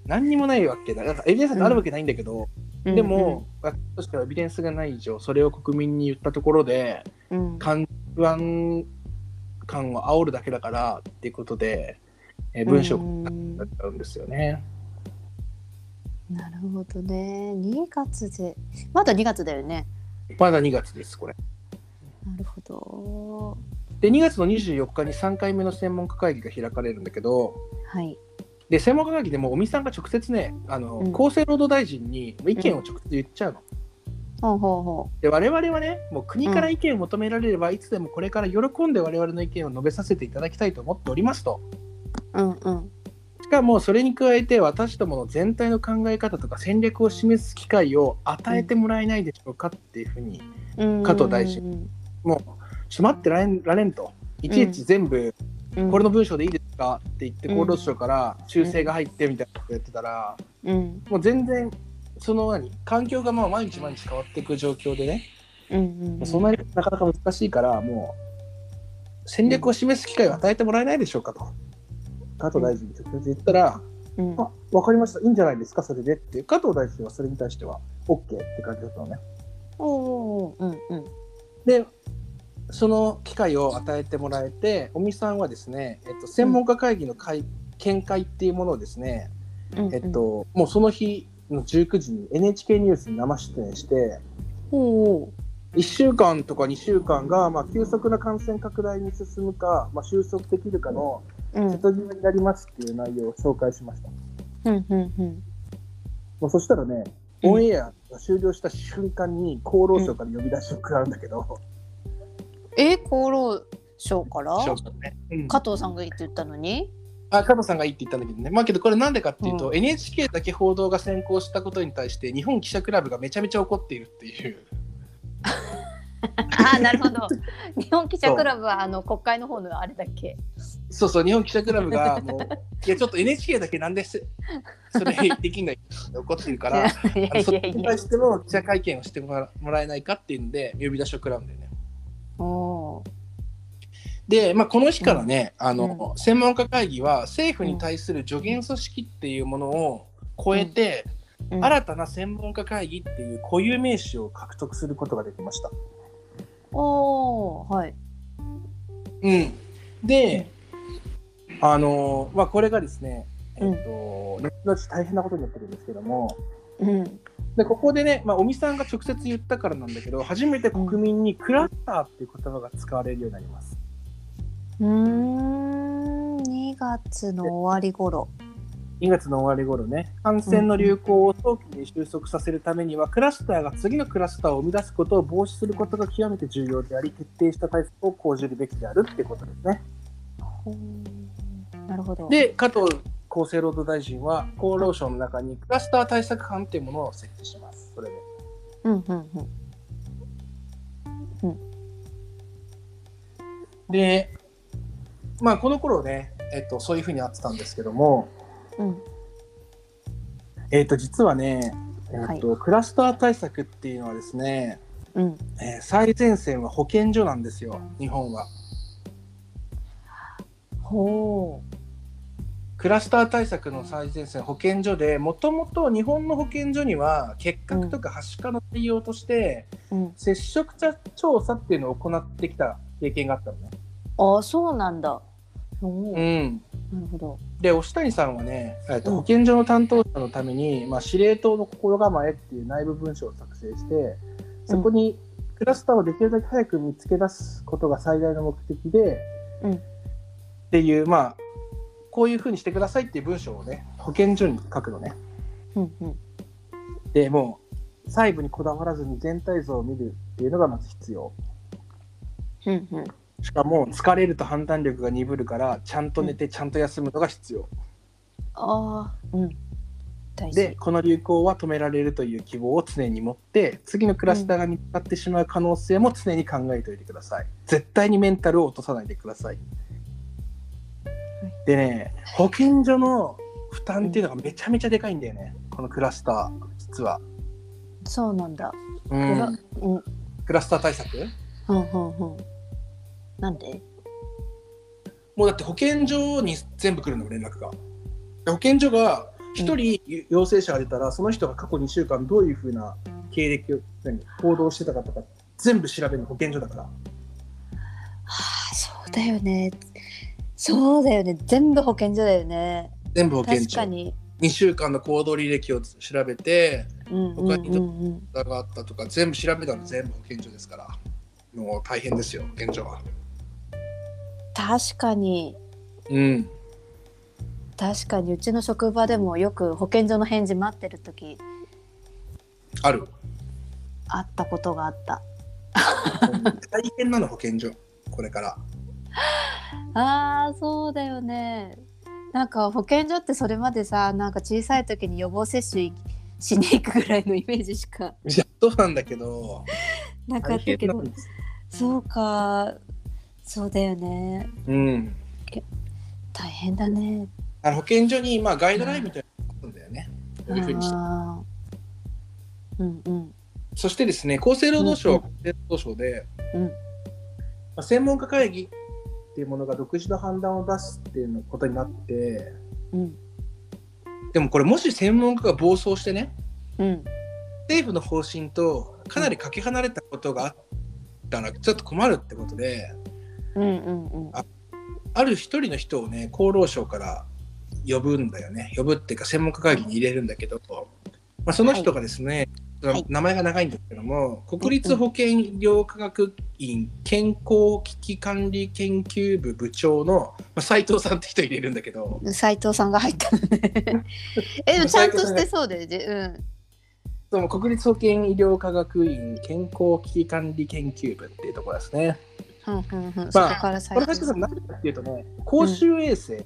[SPEAKER 2] 何にもないわけだだからエビデンスがあるわけないんだけど、
[SPEAKER 1] うん
[SPEAKER 2] でも、私としてはエビデンスがない以上それを国民に言ったところで
[SPEAKER 1] うん
[SPEAKER 2] 感不安感を煽るだけだからっていうことで、えー文章
[SPEAKER 1] う
[SPEAKER 2] に
[SPEAKER 1] ん
[SPEAKER 2] なっちゃうんですよね、
[SPEAKER 1] なるほどね。2月で、まだ2月だよね。
[SPEAKER 2] まだ2月ですこれ
[SPEAKER 1] なるほど。
[SPEAKER 2] で2月の24日に3回目の専門家会議が開かれるんだけど
[SPEAKER 1] はい。
[SPEAKER 2] でで専門家会議でもう尾身さんが直接ねあの、
[SPEAKER 1] うん
[SPEAKER 2] 厚生労働大臣に意見を直接言っちゃうの。
[SPEAKER 1] ほうほうほ
[SPEAKER 2] で我々はねもう国から意見を求められれば、いつでもこれから喜んで我々の意見を述べさせていただきたいと思っておりますと。
[SPEAKER 1] う。うんうん。
[SPEAKER 2] しかもそれに加えて私どもの全体の考え方とか戦略を示す機会を与えてもらえないでしょうかっていうふうに、加藤大
[SPEAKER 1] 臣。
[SPEAKER 2] もうちょっと待ってられんられんといちいち全部
[SPEAKER 1] うん
[SPEAKER 2] これの文章でいいですかって言って
[SPEAKER 1] うん
[SPEAKER 2] 厚労省から修正が入ってみたいなことやってたら
[SPEAKER 1] うん
[SPEAKER 2] もう全然その何環境がまあ毎日毎日変わっていく状況でね
[SPEAKER 1] うんうんうん。
[SPEAKER 2] そんなになかなか難しいからもう戦略を示す機会を与えてもらえないでしょうかと加藤大臣に直接言ったら
[SPEAKER 1] うん
[SPEAKER 2] あ分かりました、いいんじゃないですか、それでって、加藤大臣はそれに対しては OK って感じだったのね。
[SPEAKER 1] おうおうおううんうん。
[SPEAKER 2] で、その機会を与えてもらえて、尾身さんはですね、えっと、専門家会議の会見解っていうものをですね、
[SPEAKER 1] うんうん
[SPEAKER 2] えっと、もうその日の19時に NHK ニュースに生出演して、
[SPEAKER 1] おう
[SPEAKER 2] 1週間とか2週間が、まあ、急速な感染拡大に進むか、まあ、収束できるかの
[SPEAKER 1] おううん
[SPEAKER 2] 瀬戸際になりますっていう内容を紹介しました。
[SPEAKER 1] うんうんうん
[SPEAKER 2] もうそしたらね、
[SPEAKER 1] うん
[SPEAKER 2] オンエアが終了した瞬間に厚労省から呼び出しを食らうんだけど、
[SPEAKER 1] え厚労省から
[SPEAKER 2] うん
[SPEAKER 1] 加藤さんがいいって言ったのに
[SPEAKER 2] あ加藤さんがいいって言ったんだけどね、まあ、けどこれなんでかっていうと、NHK だけ報道が先行したことに対して日本記者クラブがめちゃめちゃ怒っているっていう
[SPEAKER 1] ああなるほど 日本記者クラブはあの国会の方のあれだっけ
[SPEAKER 2] そうそう日本記者クラブ がもういやちょっと NHK だけなんですそれできないって怒ってる か
[SPEAKER 1] いや
[SPEAKER 2] ら
[SPEAKER 1] い
[SPEAKER 2] あ
[SPEAKER 1] や
[SPEAKER 2] の
[SPEAKER 1] い
[SPEAKER 2] そっ
[SPEAKER 1] や
[SPEAKER 2] ちに
[SPEAKER 1] いや
[SPEAKER 2] 対しても記者会見をしてもらもらえないかっていうんで呼び出しを食らうんだよね。
[SPEAKER 1] おう
[SPEAKER 2] で、まあ、この日からね、あの
[SPEAKER 1] う
[SPEAKER 2] 専門家会議は政府に対する助言組織っていうものを超えて、
[SPEAKER 1] うん
[SPEAKER 2] 新たな専門家会議っていう固有名詞を獲得することができました。
[SPEAKER 1] おーはい
[SPEAKER 2] うん、で、あのまあ、これがですね、えっ
[SPEAKER 1] うん
[SPEAKER 2] と後々大変なことになってるんですけども
[SPEAKER 1] うん
[SPEAKER 2] でここでね、まあ、尾身さんが直接言ったからなんだけど初めて国民にクラスターっていう言葉が使われるようになります。
[SPEAKER 1] うーん2月の終わり頃
[SPEAKER 2] 2月の終わり頃ね感染の流行を早期に収束させるためには、クラスターが次のクラスターを生み出すことを防止することが極めて重要であり徹底した対策を講じるべきであるってことですね。
[SPEAKER 1] ほうなるほど
[SPEAKER 2] で加藤厚生労働大臣は厚労省の中にクラスター対策班っていうものを設置します。それで
[SPEAKER 1] うんうんうん
[SPEAKER 2] でまあこの頃ね、えっと、そういうふうにあってたんですけども、
[SPEAKER 1] うん
[SPEAKER 2] えっと、実はね、えっとクラスター対策っていうのはですね、
[SPEAKER 1] うん
[SPEAKER 2] えー最前線は保健所なんですよ日本は。
[SPEAKER 1] ほ
[SPEAKER 2] クラスター対策の最前線保健所でもともと日本の保健所には結核とかはしかの対応として、
[SPEAKER 1] ううん
[SPEAKER 2] 接触者調査っていうのを行ってきた経験があったのね。
[SPEAKER 1] ああそうなんだおー
[SPEAKER 2] ん、
[SPEAKER 1] なるほど
[SPEAKER 2] で押谷さんはね、えっと
[SPEAKER 1] うん
[SPEAKER 2] 保健所の担当者のために、まあ、司令塔の心構えっていう内部文書を作成してそこにクラスターをできるだけ早く見つけ出すことが最大の目的で、
[SPEAKER 1] うん
[SPEAKER 2] っていうまあこういうふうにしてくださいっていう文章をね保健所に書くのね。
[SPEAKER 1] うんうん
[SPEAKER 2] でもう細部にこだわらずに全体像を見るっていうのがまず必要
[SPEAKER 1] うんうん
[SPEAKER 2] しかも疲れると判断力が鈍るからちゃんと寝てちゃんと休むのが必要、
[SPEAKER 1] ああうん大事
[SPEAKER 2] でこの流行は止められるという希望を常に持って次のクラスターが見つかってしまう可能性も常に考えておいてください絶対にメンタルを落とさないでください、でね保健所の負担っていうのがめちゃめちゃでかいんだよねこのクラスター実は、
[SPEAKER 1] そうなんだ
[SPEAKER 2] う、
[SPEAKER 1] うんうんうん
[SPEAKER 2] クラスター対策
[SPEAKER 1] うんうんなんで
[SPEAKER 2] もうだって保健所に全部来るの連絡が。で保健所が1人陽性者が出たら、その人が過去2週間どういうふうな経歴を何行動してたかとか全部調べるの保健所だから。
[SPEAKER 1] はあそうだよねそうだよね全部保健所だよね
[SPEAKER 2] 全部保健
[SPEAKER 1] 確
[SPEAKER 2] 所
[SPEAKER 1] かに
[SPEAKER 2] 2週間の行動履歴を調べて
[SPEAKER 1] うんうんう
[SPEAKER 2] 他にど
[SPEAKER 1] んうん
[SPEAKER 2] 疑があったとか全部調べたの全部保健所ですからもう大変ですよ保健所は。
[SPEAKER 1] 確かに
[SPEAKER 2] うん
[SPEAKER 1] 確かにうちの職場でもよく保健所の返事待ってる時
[SPEAKER 2] あ る。
[SPEAKER 1] あったことがあった
[SPEAKER 2] 大変なの、保健所。これから。
[SPEAKER 1] あーそうだよねなんか保健所ってそれまでさなんか小さい時に予防接種しに行くぐらいのイメージしか
[SPEAKER 2] いやそうなんだけど。
[SPEAKER 1] なか
[SPEAKER 2] 大
[SPEAKER 1] ったけ
[SPEAKER 2] 変な
[SPEAKER 1] ど
[SPEAKER 2] んです。
[SPEAKER 1] そうかそうだよね
[SPEAKER 2] うん。
[SPEAKER 1] 大変だね
[SPEAKER 2] あの保健所に、まあ、ガイドラインみたいなのがあるんだよね。こういうふうにして。
[SPEAKER 1] あーうんうん
[SPEAKER 2] そしてですね、厚生労働省は
[SPEAKER 1] うん
[SPEAKER 2] 厚生労働省で、
[SPEAKER 1] うん
[SPEAKER 2] まあ、専門家会議っていうものが独自の判断を出すっていうのことになって、
[SPEAKER 1] うん
[SPEAKER 2] でもこれもし専門家が暴走してね、
[SPEAKER 1] うん
[SPEAKER 2] 政府の方針とかなりかけ離れたことがあったらちょっと困るってことで、
[SPEAKER 1] うんうんうん
[SPEAKER 2] ある一人の人をね、厚労省から呼ぶんだよね。呼ぶっていうか専門家会議に入れるんだけど、まあ、その人がですね、
[SPEAKER 1] はい
[SPEAKER 2] 名前が長いんですけども、国立保健医療科学院健康危機管理研究部部長の、まあ、斉藤さんって人入れるんだけど、
[SPEAKER 1] 斉藤さんが入ったの ねえでもちゃんとしてそうだよねうん
[SPEAKER 2] その国立保健医療科学院健康危機管理研究部っていうところですね。
[SPEAKER 1] ふんふんふんそこから斉
[SPEAKER 2] これ
[SPEAKER 1] 藤
[SPEAKER 2] が
[SPEAKER 1] さん
[SPEAKER 2] 何かっていうとね、公衆衛生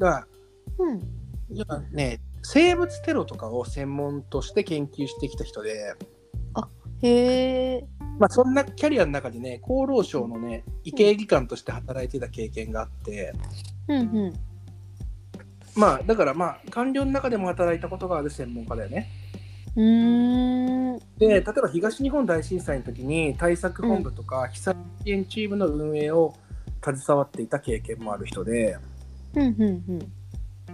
[SPEAKER 2] が、
[SPEAKER 1] うん
[SPEAKER 2] 要はね、生物テロとかを専門として研究してきた人で、
[SPEAKER 1] へえ
[SPEAKER 2] まあ、そんなキャリアの中でね、厚労省のね、医系技官として働いてた経験があって、
[SPEAKER 1] うんうん
[SPEAKER 2] まあ、だからまあ、官僚の中でも働いたことがある専門家だよね。
[SPEAKER 1] うーん
[SPEAKER 2] で、例えば東日本大震災の時に対策本部とか被災支援チームの運営を携わっていた経験もある人で、
[SPEAKER 1] うんうんうん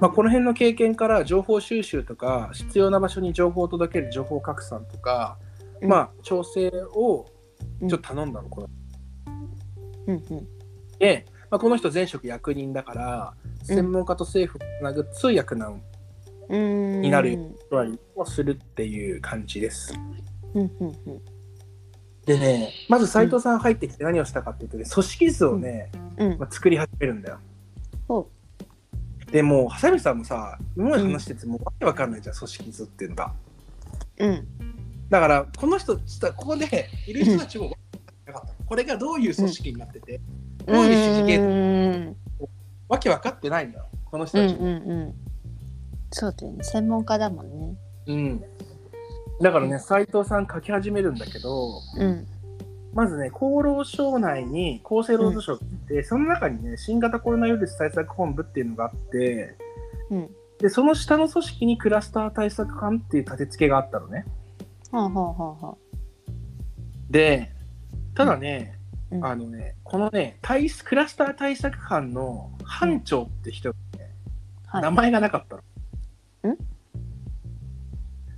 [SPEAKER 2] まあ、この辺の経験から情報収集とか必要な場所に情報を届ける情報拡散とか、
[SPEAKER 1] うん
[SPEAKER 2] まあ、調整をちょっと頼んだの、この
[SPEAKER 1] うんうん
[SPEAKER 2] で、まあ、この人前職役人だから専門家と政府をつなぐ通訳の
[SPEAKER 1] うーん
[SPEAKER 2] になる役割をするっていう感じです。
[SPEAKER 1] うんうんうん
[SPEAKER 2] でねまず斉藤さん入ってきて何をしたかっていうとね組織図をね、
[SPEAKER 1] うん
[SPEAKER 2] まあ、作り始めるんだよ。
[SPEAKER 1] ほ
[SPEAKER 2] でもうハサミさんもさ今まで話しててもうわけわかんないじゃん組織図っていうのが。
[SPEAKER 1] うん
[SPEAKER 2] だからこの人実はここでいる人たちも分かんなかったこれがどういう組織になってて、どういう指示系
[SPEAKER 1] うーん
[SPEAKER 2] わけ分かってないんだよこの人
[SPEAKER 1] うん
[SPEAKER 2] た
[SPEAKER 1] う
[SPEAKER 2] ちも、
[SPEAKER 1] んうんそうだよね専門家だもんね
[SPEAKER 2] うんだからね斉藤さん書き始めるんだけど
[SPEAKER 1] うん
[SPEAKER 2] まずね厚労省内に厚生労働省って、その中にね新型コロナウイルス対策本部っていうのがあって
[SPEAKER 1] うん
[SPEAKER 2] でその下の組織にクラスター対策班っていう立て付けがあったのね
[SPEAKER 1] はあはあはあはあ
[SPEAKER 2] でただね、
[SPEAKER 1] うん
[SPEAKER 2] あのねこのね対クラスター対策班の班長って人がね、
[SPEAKER 1] はい
[SPEAKER 2] 名前がなかったの。
[SPEAKER 1] ん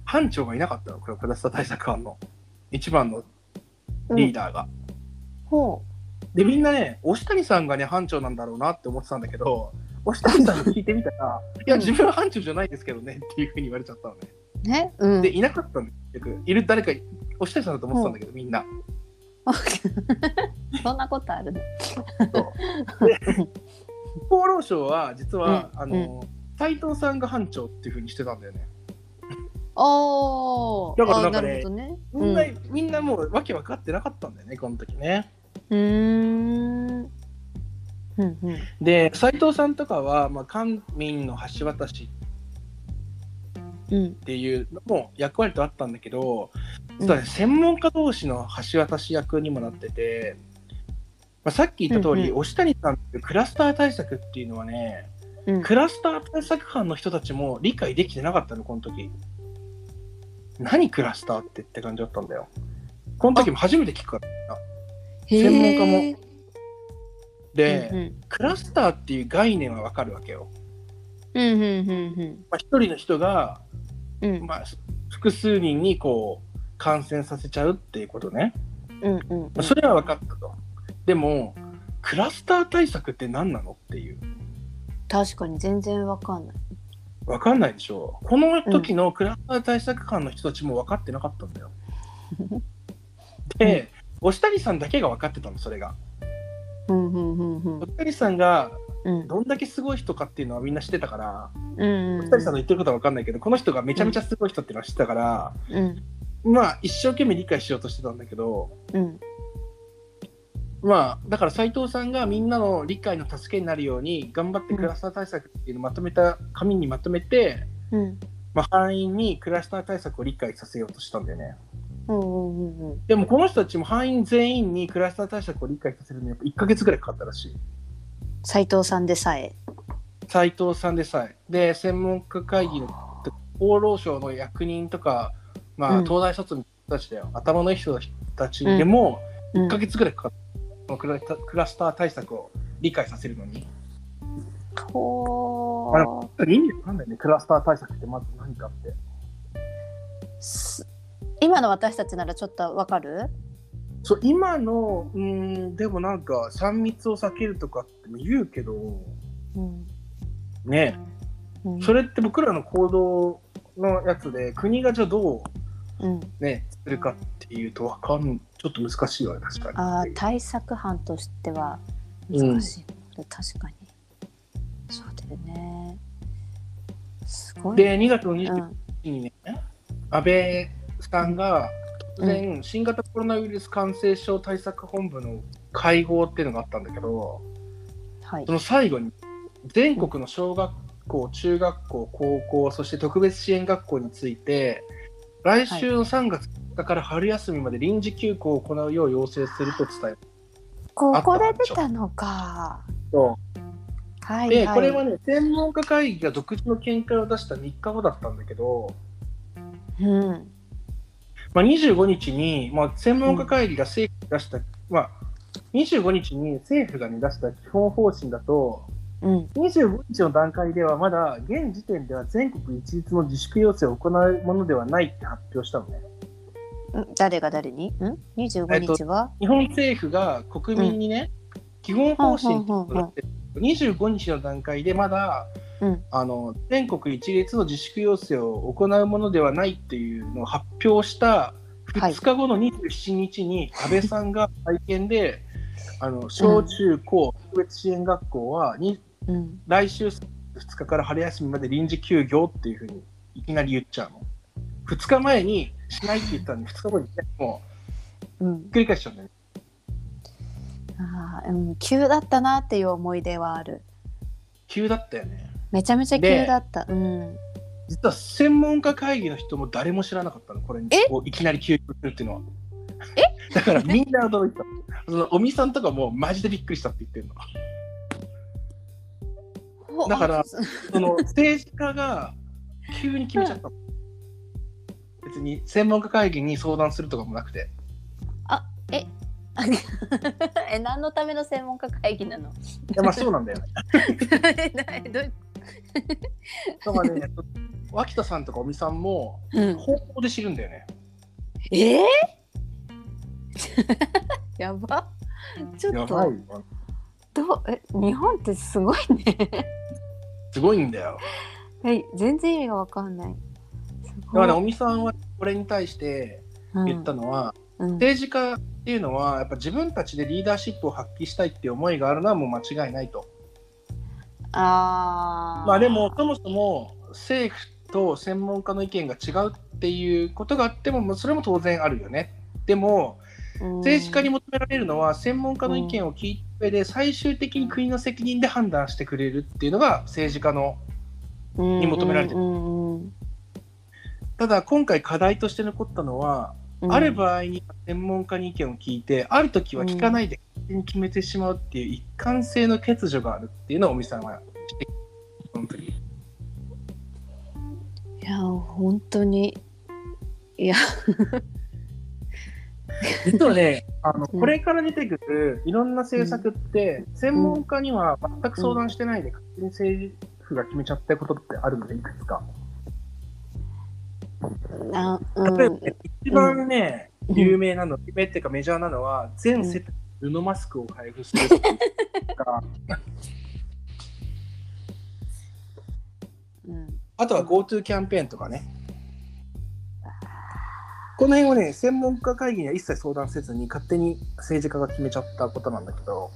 [SPEAKER 2] 班長がいなかったの、これ、クラスター対策班の一番のリーダーが。
[SPEAKER 1] ほ
[SPEAKER 2] で、みんなね、押谷さんがね、班長なんだろうなって思ってたんだけど、押谷さんに聞いてみ たら、いや、
[SPEAKER 1] うん
[SPEAKER 2] 自分は班長じゃないですけどねっていうふうに言われちゃったのね。
[SPEAKER 1] うねうん
[SPEAKER 2] で、いなかったんですよ、結局いる誰か、押谷さんだと思ってたんだけど、みんな。
[SPEAKER 1] そんなことあるね
[SPEAKER 2] そうで厚労省は、実は、
[SPEAKER 1] うん
[SPEAKER 2] あの、斉藤さんが班長っていうふうにしてたんだよね。
[SPEAKER 1] おー
[SPEAKER 2] だからな
[SPEAKER 1] あ
[SPEAKER 2] んか
[SPEAKER 1] な
[SPEAKER 2] ね
[SPEAKER 1] るほどねう
[SPEAKER 2] みん
[SPEAKER 1] ん
[SPEAKER 2] な、
[SPEAKER 1] う
[SPEAKER 2] みんなもう訳分かってなかったんだよね、この時ね。
[SPEAKER 1] ーんうんうん
[SPEAKER 2] で、斉藤さんとかは、まあ、官民の橋渡し
[SPEAKER 1] うん
[SPEAKER 2] っていうのも役割とあったんだけど、
[SPEAKER 1] うん
[SPEAKER 2] 実はね、専門家同士の橋渡し役にもなってて、まあ、さっき言った通り、
[SPEAKER 1] うんうん
[SPEAKER 2] 押谷さんっていうクラスター対策っていうのはね、
[SPEAKER 1] うん
[SPEAKER 2] クラスター対策班の人たちも理解できてなかったの、この時。何クラスターってって感じだったんだよ。この時も初めて聞くから。専門家も
[SPEAKER 1] へー
[SPEAKER 2] で、
[SPEAKER 1] うんうん
[SPEAKER 2] クラスターっていう概念はわかるわけよ。
[SPEAKER 1] うんうんうん
[SPEAKER 2] まあ、一人の人が、
[SPEAKER 1] うんうん
[SPEAKER 2] まあ、す複数人にこう感染させちゃうっていうことね。
[SPEAKER 1] うんうん
[SPEAKER 2] まあ、それは分かったと。でもクラスター対策って何なのっていう
[SPEAKER 1] 確かに全然わかんない
[SPEAKER 2] 分かんないでしょこの時のクラスター対策官の人たちも分かってなかったん だよ。で押谷さんだけが分かってたのそれが。
[SPEAKER 1] うんうんうんうん
[SPEAKER 2] 押谷さんが
[SPEAKER 1] うん
[SPEAKER 2] どんだけすごい人かっていうのはみんな知ってたから、
[SPEAKER 1] うん
[SPEAKER 2] 二人さんの言ってることは分かんないけど、この人がめちゃめちゃすごい人っていうのは知ってたから、
[SPEAKER 1] うん
[SPEAKER 2] まあ一生懸命理解しようとしてたんだけど、
[SPEAKER 1] うん
[SPEAKER 2] まあだから斉藤さんがみんなの理解の助けになるように頑張ってクラスター対策っていうのをまとめた紙にまとめて、
[SPEAKER 1] うん
[SPEAKER 2] まあ、範囲にクラスター対策を理解させようとしたんだよね。
[SPEAKER 1] うんうんうん
[SPEAKER 2] でもこの人たちも範囲全員にクラスター対策を理解させるのにやっぱ1ヶ月ぐらいかかったらしい。
[SPEAKER 1] 斉藤さんでさえ
[SPEAKER 2] 斉藤さんでさえ。で、専門家会議の厚労省の役人とか、まあ、
[SPEAKER 1] うん
[SPEAKER 2] 東大卒の人たちだよ、頭のいい人たちでも
[SPEAKER 1] うん
[SPEAKER 2] 1ヶ月ぐらいかかった、クラスタークラスター対策を理解させるのに。
[SPEAKER 1] ほ
[SPEAKER 2] あ
[SPEAKER 1] ー
[SPEAKER 2] 意味わかんないね、クラスター対策ってまず何かって。
[SPEAKER 1] す今の私たちならちょっとわかる
[SPEAKER 2] そう、今の、うーん、でもなんか、3密を避けるとかっても言うけど、
[SPEAKER 1] うん
[SPEAKER 2] ね
[SPEAKER 1] うん
[SPEAKER 2] それって僕らの行動のやつで国がじゃあど
[SPEAKER 1] うん
[SPEAKER 2] うねするかっていうとわかんちょっと難しいわね確
[SPEAKER 1] あ
[SPEAKER 2] か
[SPEAKER 1] ー
[SPEAKER 2] に。
[SPEAKER 1] 対策班としては難しい、確かにそうだよねすごいね
[SPEAKER 2] で2月の
[SPEAKER 1] う
[SPEAKER 2] 29
[SPEAKER 1] ん
[SPEAKER 2] 日にね、安倍さんが突然新型コロナウイルス感染症対策本部の会合っていうのがあったんだけど
[SPEAKER 1] はい
[SPEAKER 2] その最後に全国の小学校中学校高校そして特別支援学校について来週の3月5日から春休みまで臨時休校を行うよう要請すると伝えた
[SPEAKER 1] ここで出たのかはい、はい、
[SPEAKER 2] で、これはね、専門家会議が独自の見解を出した3日後だったんだけど、
[SPEAKER 1] うん
[SPEAKER 2] まあ、25日に、まあ、専門家会議が政府が出した、まあ、25日に政府が、ね、出した基本方針だと、
[SPEAKER 1] うん
[SPEAKER 2] 25日の段階ではまだ現時点では全国一律の自粛要請を行うものではないって発表したのね。
[SPEAKER 1] ん誰が誰にん
[SPEAKER 2] えっと
[SPEAKER 1] 25日は、
[SPEAKER 2] 日本政府が国民にね、基本方針っていうのを出して25日の段階でまだ、
[SPEAKER 1] うん
[SPEAKER 2] あの全国一律の自粛要請を行うものではないっていうのを発表した
[SPEAKER 1] はい
[SPEAKER 2] 2日後の27日に安倍さんが会見であの小中高特別支援学校はに
[SPEAKER 1] うん、
[SPEAKER 2] 来週2日から春休みまで臨時休業っていうふうにいきなり言っちゃうの。2日前にしないって言ったのに2日後にも
[SPEAKER 1] うん
[SPEAKER 2] う繰り返しちゃうんだよね。
[SPEAKER 1] あーうん、急だったなっていう思い出はある
[SPEAKER 2] 急だったよね。
[SPEAKER 1] めちゃめちゃ急だったうん
[SPEAKER 2] 実は専門家会議の人も誰も知らなかったのこれに
[SPEAKER 1] え
[SPEAKER 2] こういきなり休業するっていうのはえ だからみんな驚いてたそのおみさんとかもマジでびっくりしたって言ってるのだからその政治家が急に決めちゃったの別に専門家会議に相談するとかもなくて
[SPEAKER 1] あえ え何のための専門家会議なの
[SPEAKER 2] いやまあそうなんだよね
[SPEAKER 1] えどういう
[SPEAKER 2] だからね脇田さんとかおみさんも
[SPEAKER 1] うん
[SPEAKER 2] 報道で知るんだよね
[SPEAKER 1] えー、 やばちょっと
[SPEAKER 2] わ
[SPEAKER 1] どうえ日本ってすごいね
[SPEAKER 2] すごいんだよ
[SPEAKER 1] はい全然意味がわかんないす
[SPEAKER 2] だ
[SPEAKER 1] ご
[SPEAKER 2] か
[SPEAKER 1] い
[SPEAKER 2] らねおみさんはこれに対して言ったのは、
[SPEAKER 1] うんうん
[SPEAKER 2] 政治家っていうのはやっぱ自分たちでリーダーシップを発揮したいっていう思いがあるのはもう間違いないと。
[SPEAKER 1] あー
[SPEAKER 2] まあ、でもそもそも政府と専門家の意見が違うっていうことがあってももうそれも当然あるよね。でも
[SPEAKER 1] うん
[SPEAKER 2] 政治家に求められるのは専門家の意見を聞いた上で最終的に国の責任で判断してくれるっていうのが政治家のに求められてる
[SPEAKER 1] うんうん
[SPEAKER 2] ただ今回課題として残ったのは
[SPEAKER 1] うん
[SPEAKER 2] ある場合には専門家に意見を聞いて、ある時は聞かないで勝手に決めてしまうっていう一貫性の欠如があるっていうのを尾身さんは指摘本当に。
[SPEAKER 1] いや本当に
[SPEAKER 2] 実はね、 あの
[SPEAKER 1] うん
[SPEAKER 2] これから出てくるいろんな政策って、専門家には全く相談してないで、勝手に政府が決めちゃったことってあるので、いくつか。
[SPEAKER 1] なうん
[SPEAKER 2] 例えばね、一番ね、
[SPEAKER 1] うん
[SPEAKER 2] 有名なの、有名っていうかメジャーなのは、全世帯布マスクを配布する とか、
[SPEAKER 1] うん
[SPEAKER 2] あとは GoTo キャンペーンとかね。この辺をね、専門家会議には一切相談せずに、勝手に政治家が決めちゃったことなんだけど、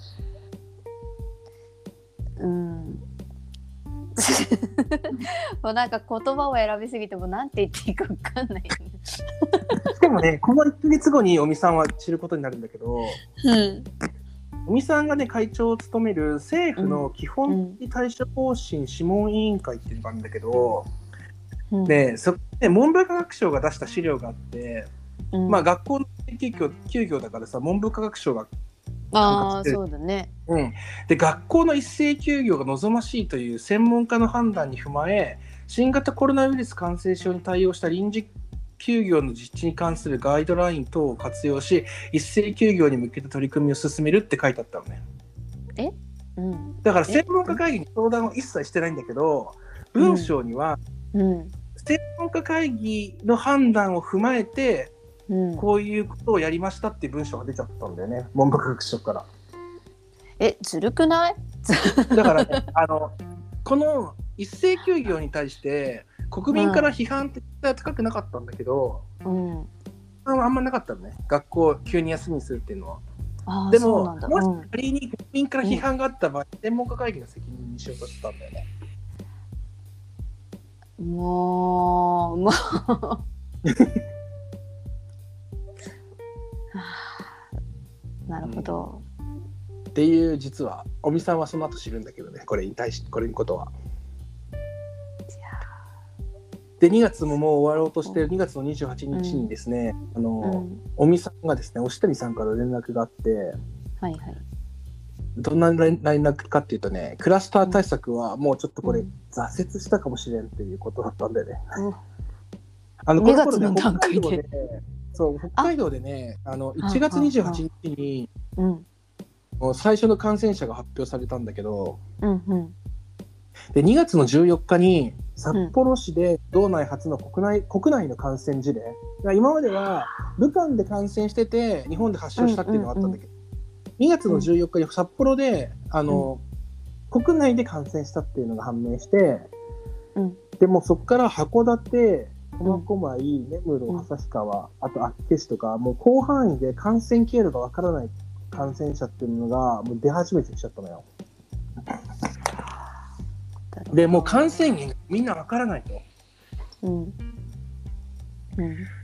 [SPEAKER 1] うん。 もうなんか言葉を選びすぎてもなんて言っていいかわかんない、
[SPEAKER 2] でもね、この1ヶ月後に尾身さんは知ることになるんだけど、
[SPEAKER 1] ね。
[SPEAKER 2] 尾身さんがね、会長を務める政府の基本的対処方針諮問委員会っていうのがあるんだけど、
[SPEAKER 1] うん。
[SPEAKER 2] で、そこで文部科学省が出した資料があって、
[SPEAKER 1] うん、
[SPEAKER 2] まあ学校の休業休業だからさ、文部科学省が、
[SPEAKER 1] あーそうだね。
[SPEAKER 2] うん、で、学校の一斉休業が望ましいという専門家の判断に踏まえ、新型コロナウイルス感染症に対応した臨時休業の実地に関するガイドライン等を活用し、一斉休業に向けた取り組みを進めるって書いてあったのね。
[SPEAKER 1] うん。
[SPEAKER 2] だから専門家会議に相談を一切してないんだけど、文章には
[SPEAKER 1] うん。
[SPEAKER 2] 専門家会議の判断を踏まえて、
[SPEAKER 1] うん、
[SPEAKER 2] こういうことをやりましたっていう文章が出ちゃったんだよね、文部科学省から。
[SPEAKER 1] えずるくない
[SPEAKER 2] だから、ね、 あのこの一斉休業に対して、国民から批判って絶対高くなかったんだけど、
[SPEAKER 1] うん。
[SPEAKER 2] あんまなかったのね、学校急に休みにするっていうのは。
[SPEAKER 1] ああ
[SPEAKER 2] で
[SPEAKER 1] そ
[SPEAKER 2] も
[SPEAKER 1] うなんだ。
[SPEAKER 2] もし
[SPEAKER 1] うん
[SPEAKER 2] 仮に国民から批判があった場合、専門家会議の責任にしようとしてたんだよね。
[SPEAKER 1] もう、 もう。なるほど。
[SPEAKER 2] っていう実は、尾身さんはその後知るんだけどね、これに対して、これにことは。で2月ももう終わろうとしてる2月の28日にですね、あ
[SPEAKER 1] う
[SPEAKER 2] の
[SPEAKER 1] ん、
[SPEAKER 2] 尾身、さんがですね押谷さんから連絡があって
[SPEAKER 1] はいはい。
[SPEAKER 2] どんな連連絡かっていうとねクラスター対策はもうちょっとこれ
[SPEAKER 1] うん
[SPEAKER 2] 挫折したかもしれんっていうことだったんだよね。
[SPEAKER 1] うん
[SPEAKER 2] あの
[SPEAKER 1] 2月
[SPEAKER 2] こ頃ね
[SPEAKER 1] の段階で
[SPEAKER 2] 北海道ねそう北海道でねあの1月28日に
[SPEAKER 1] うん。
[SPEAKER 2] もう最初の感染者が発表されたんだけど
[SPEAKER 1] うんうん。
[SPEAKER 2] で2月の14日に札幌市で道内初の国内,、国内の感染事例だから今までは武漢で感染してて日本で発症したっていうのがあったんだけど、2月の14日に札幌であの、国内で感染したっていうのが判明して、
[SPEAKER 1] うん
[SPEAKER 2] でもうそこから函館苫小牧根室旭川、あと厚岸とかもう広範囲で感染経路がわからない感染者っていうのがもう出始めてきちゃったのよ。でもう感染源がみんなわからないと。
[SPEAKER 1] うん。うん。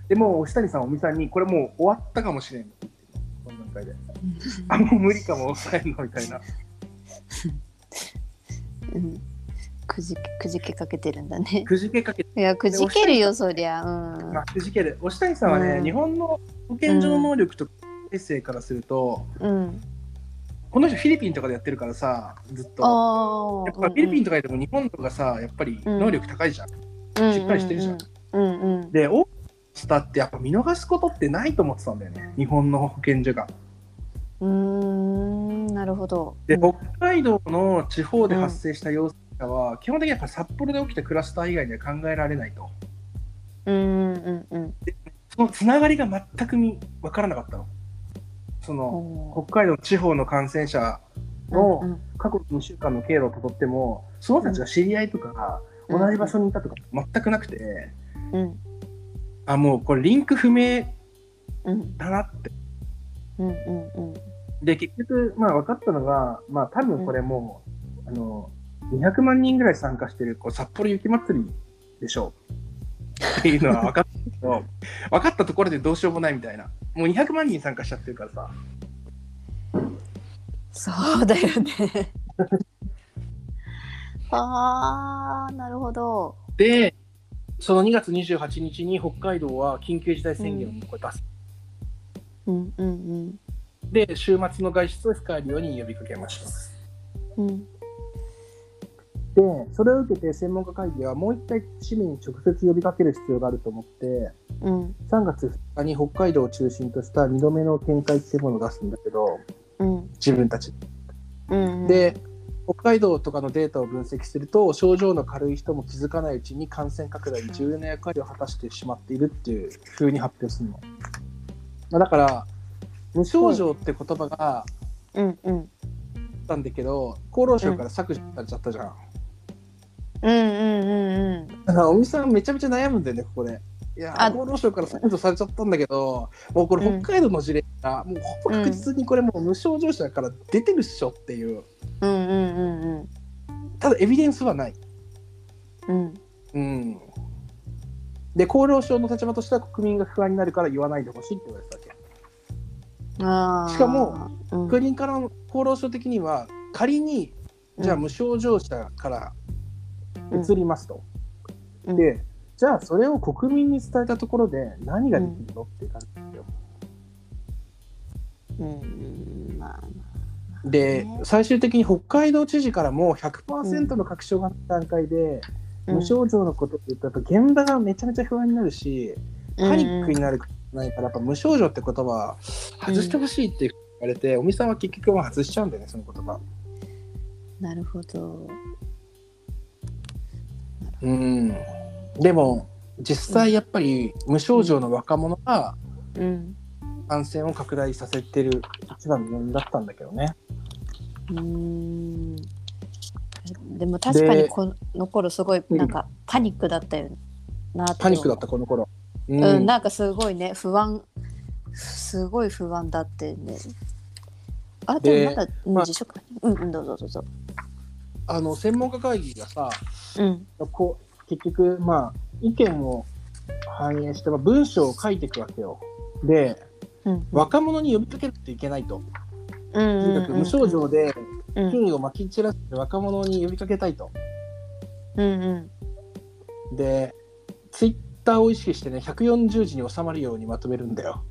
[SPEAKER 2] でもう押谷さん、尾身さんに、これもう終わったかもしれんって言ってた。この段階で。あ、もう無理かも、抑えるのみたいな。
[SPEAKER 1] うん。くじけ、くじけかけてるんだ ね。
[SPEAKER 2] くじけかけて、
[SPEAKER 1] いや、くじけるよ、そりゃ。うん。
[SPEAKER 2] まあ、くじける。押谷さんはね、
[SPEAKER 1] うん
[SPEAKER 2] 日本の保健所の能力と衛生からすると、
[SPEAKER 1] うん。
[SPEAKER 2] この人フィリピンとかでやってるからさ、ずっと。
[SPEAKER 1] ああ。
[SPEAKER 2] やっぱフィリピン
[SPEAKER 1] と
[SPEAKER 2] とかでも日本とかさ、やっぱり
[SPEAKER 1] うん
[SPEAKER 2] 能力高いじゃん。
[SPEAKER 1] か
[SPEAKER 2] しっかりしてるじゃん。
[SPEAKER 1] うんうん。
[SPEAKER 2] で、オースターってやっぱ見逃すことってないと思ってたんだよね、日本の保健所が。
[SPEAKER 1] うん。うーん。なるほど。
[SPEAKER 2] で、
[SPEAKER 1] うん
[SPEAKER 2] 北海道の地方で発生した陽性者は、基本的にやっぱ札幌で起きたクラスター以外には考えられないと。
[SPEAKER 1] うんうんうん。
[SPEAKER 2] そのつながりが全くみ分からなかったの。その、
[SPEAKER 1] お
[SPEAKER 2] 北海道の地方の感染者
[SPEAKER 1] ー
[SPEAKER 2] の
[SPEAKER 1] うんうん
[SPEAKER 2] 過去2週間の経路をたどっても、その人たちが知り合いとか、
[SPEAKER 1] うん
[SPEAKER 2] 同じ場所にいたとか全くなくて、
[SPEAKER 1] うん
[SPEAKER 2] あ、もうこれリンク不明
[SPEAKER 1] うん
[SPEAKER 2] だなって。
[SPEAKER 1] うんうん
[SPEAKER 2] で、結局、まあ分かったのが、まあ多分これもう、あの、200万人ぐらい参加してる、こう、札幌雪まつりでしょう。っていうのは分かったけ ど、分かったところでどうしようもないみたいな。もう200万人参加しちゃってるからさ。
[SPEAKER 1] そうだよね。ああなるほど。
[SPEAKER 2] で、その2月28日に北海道は緊急事態宣言をこれ出す。
[SPEAKER 1] うんうん
[SPEAKER 2] で、週末の外出を控えるように呼びかけました。
[SPEAKER 1] うんうん
[SPEAKER 2] で、それを受けて専門家会議はもう一回市民に直接呼びかける必要があると思って、
[SPEAKER 1] うん
[SPEAKER 2] 3月2日に北海道を中心とした2度目の見解っていうものを出すんだけど、
[SPEAKER 1] うん
[SPEAKER 2] 自分たち。
[SPEAKER 1] うん。
[SPEAKER 2] で、北海道とかのデータを分析すると、症状の軽い人も気づかないうちに感染拡大に重要な役割を果たしてしまっているっていう風に発表するの。まあだから、無症状って言葉があっ
[SPEAKER 1] うんうん
[SPEAKER 2] たんだけど、厚労省から削除されちゃったじゃん。
[SPEAKER 1] うんうんうんうん。
[SPEAKER 2] だから、尾身さんめちゃめちゃ悩むんだよね、ここで。いやー
[SPEAKER 1] あ
[SPEAKER 2] 厚労省から削除されちゃったんだけど、もうこれ
[SPEAKER 1] うん
[SPEAKER 2] 北海道の事例が、もうほぼ確実にこれもう無症状者から出てるっしょっていう。
[SPEAKER 1] うんうんうんうん。
[SPEAKER 2] ただエビデンスはない。
[SPEAKER 1] うん
[SPEAKER 2] うん、で厚労省の立場としては国民が不安になるから言わないでほしいって言われてたわけ
[SPEAKER 1] あー
[SPEAKER 2] しかも、
[SPEAKER 1] うん
[SPEAKER 2] 国からの厚労省的には仮にじゃあ無症状者から
[SPEAKER 1] うん
[SPEAKER 2] 移りますと、
[SPEAKER 1] うん
[SPEAKER 2] でじゃあそれを国民に伝えたところで何ができるのっていう感じですよ、
[SPEAKER 1] うんまあ
[SPEAKER 2] で
[SPEAKER 1] ね
[SPEAKER 2] 最終的に北海道知事からも100%の確証があった段階で、無症状のことって言ったと現場がめちゃめちゃ不安になるし、パニックになるないからやっぱ無症状って言葉は外してほしいって言われて、尾身さんは結局は外しちゃうんだよねその言葉
[SPEAKER 1] なるほど
[SPEAKER 2] うんでも実際やっぱり無症状の若者が
[SPEAKER 1] うん
[SPEAKER 2] 感染を拡大させてる一番の要因だったんだけどね
[SPEAKER 1] うーんでも確かにこの頃すごいなんかパニックだったよなって
[SPEAKER 2] パニックだったこの頃うん
[SPEAKER 1] うん、なんかすごいね不安すごい不安だってねあでもまだ、うん
[SPEAKER 2] まあ
[SPEAKER 1] 自粛うんうんどうぞどうぞ
[SPEAKER 2] あの専門家会議がさ
[SPEAKER 1] うん
[SPEAKER 2] こう結局まあ意見を反映して、まあ、文章を書いていくわけよで
[SPEAKER 1] うん
[SPEAKER 2] 若者に呼びかけるといけないと
[SPEAKER 1] うん
[SPEAKER 2] とにかく無症状で
[SPEAKER 1] うん
[SPEAKER 2] 菌をまき散らして若者に呼びかけたいと。
[SPEAKER 1] うんうん
[SPEAKER 2] で、ツイッターを意識してね、140字に収まるようにまとめるんだよ。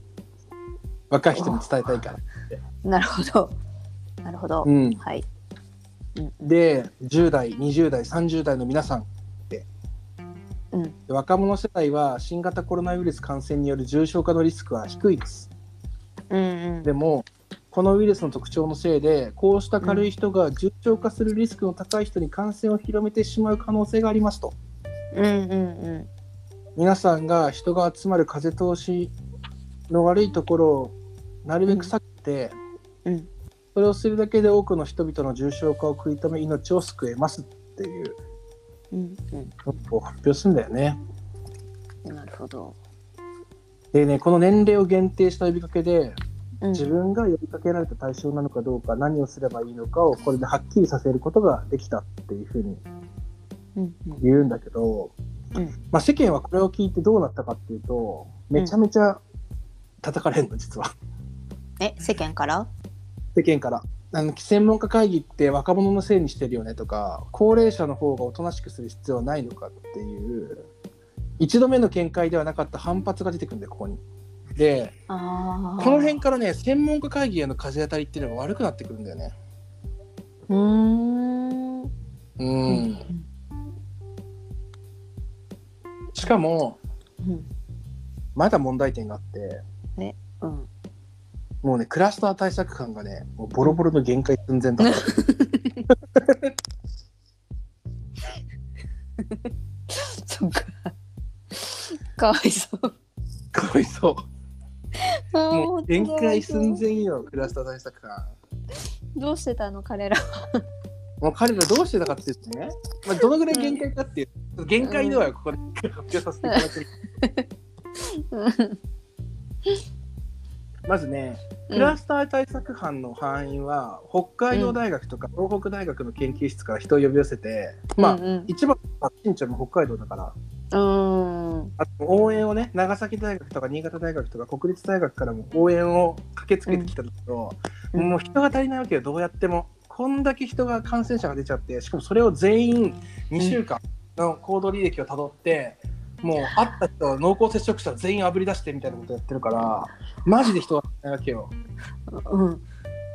[SPEAKER 2] 若い人に伝えたいから。
[SPEAKER 1] なるほどなるほど、
[SPEAKER 2] うん、
[SPEAKER 1] はい
[SPEAKER 2] で、10代、20代、30代の皆さんって。
[SPEAKER 1] うん
[SPEAKER 2] で若者世代は新型コロナウイルス感染による重症化のリスクは低いです。
[SPEAKER 1] うんうん
[SPEAKER 2] でも、このウイルスの特徴のせいで、こうした軽い人が重症化するリスクの高い人に感染を広めてしまう可能性がありますと。
[SPEAKER 1] うんうん
[SPEAKER 2] 皆さんが人が集まる風通しの悪いところをなるべく避けて、
[SPEAKER 1] うんうん
[SPEAKER 2] それをするだけで多くの人々の重症化を食い止め命を救えますっていう
[SPEAKER 1] うんうん
[SPEAKER 2] ことを発表するんだよね。
[SPEAKER 1] うんなるほど、
[SPEAKER 2] でねこの年齢を限定した呼びかけで
[SPEAKER 1] うん、
[SPEAKER 2] 自分が呼びかけられた対象なのかどうか何をすればいいのかをこれではっきりさせることができたっていうふうに
[SPEAKER 1] うんうん
[SPEAKER 2] 言うんだけど、
[SPEAKER 1] うん
[SPEAKER 2] まあ、世間はこれを聞いてどうなったかっていうとめちゃめちゃ叩かれるの実は。
[SPEAKER 1] え世間から
[SPEAKER 2] 世間からあの専門家会議って若者のせいにしてるよねとか高齢者の方がおとなしくする必要はないのかっていう一度目の見解ではなかった反発が出てくるんだよここに。で
[SPEAKER 1] ああ
[SPEAKER 2] この辺からね専門家会議への風当たりっていうのが悪くなってくるんだよね。
[SPEAKER 1] うーんうん
[SPEAKER 2] う
[SPEAKER 1] うん
[SPEAKER 2] しかも
[SPEAKER 1] うん
[SPEAKER 2] まだ問題点があって
[SPEAKER 1] うん
[SPEAKER 2] もうねクラスター対策官がねもうボロボロの限界寸前だった。
[SPEAKER 1] そっか かわいそう
[SPEAKER 2] かわいそう。
[SPEAKER 1] あー
[SPEAKER 2] もう
[SPEAKER 1] 本当だ
[SPEAKER 2] 限界寸前よクラスター対策官。
[SPEAKER 1] どうしてたの彼ら
[SPEAKER 2] もう彼らどうしてたかって言ってね、まあ、どのぐらい限界かっていう、限界ではここで発表させていただく。
[SPEAKER 1] うん
[SPEAKER 2] まずね、クラスター対策班の範囲は、北海道大学とか東北大学の研究室から人を呼び寄せて、まあ、
[SPEAKER 1] うん
[SPEAKER 2] 一番の発信地はもう北海道だから、
[SPEAKER 1] うんうん
[SPEAKER 2] あと応援をね、長崎大学とか新潟大学とか国立大学からも応援を駆けつけてきたんだけど、
[SPEAKER 1] うんうん
[SPEAKER 2] もう人が足りないわけよ、どうやっても。こんだけ人が感染者が出ちゃって、しかもそれを全員2週間の行動履歴をたどって、もう会った人、濃厚接触者全員あぶり出してみたいなことやってるから、マジで人が足りないわけよ。
[SPEAKER 1] うん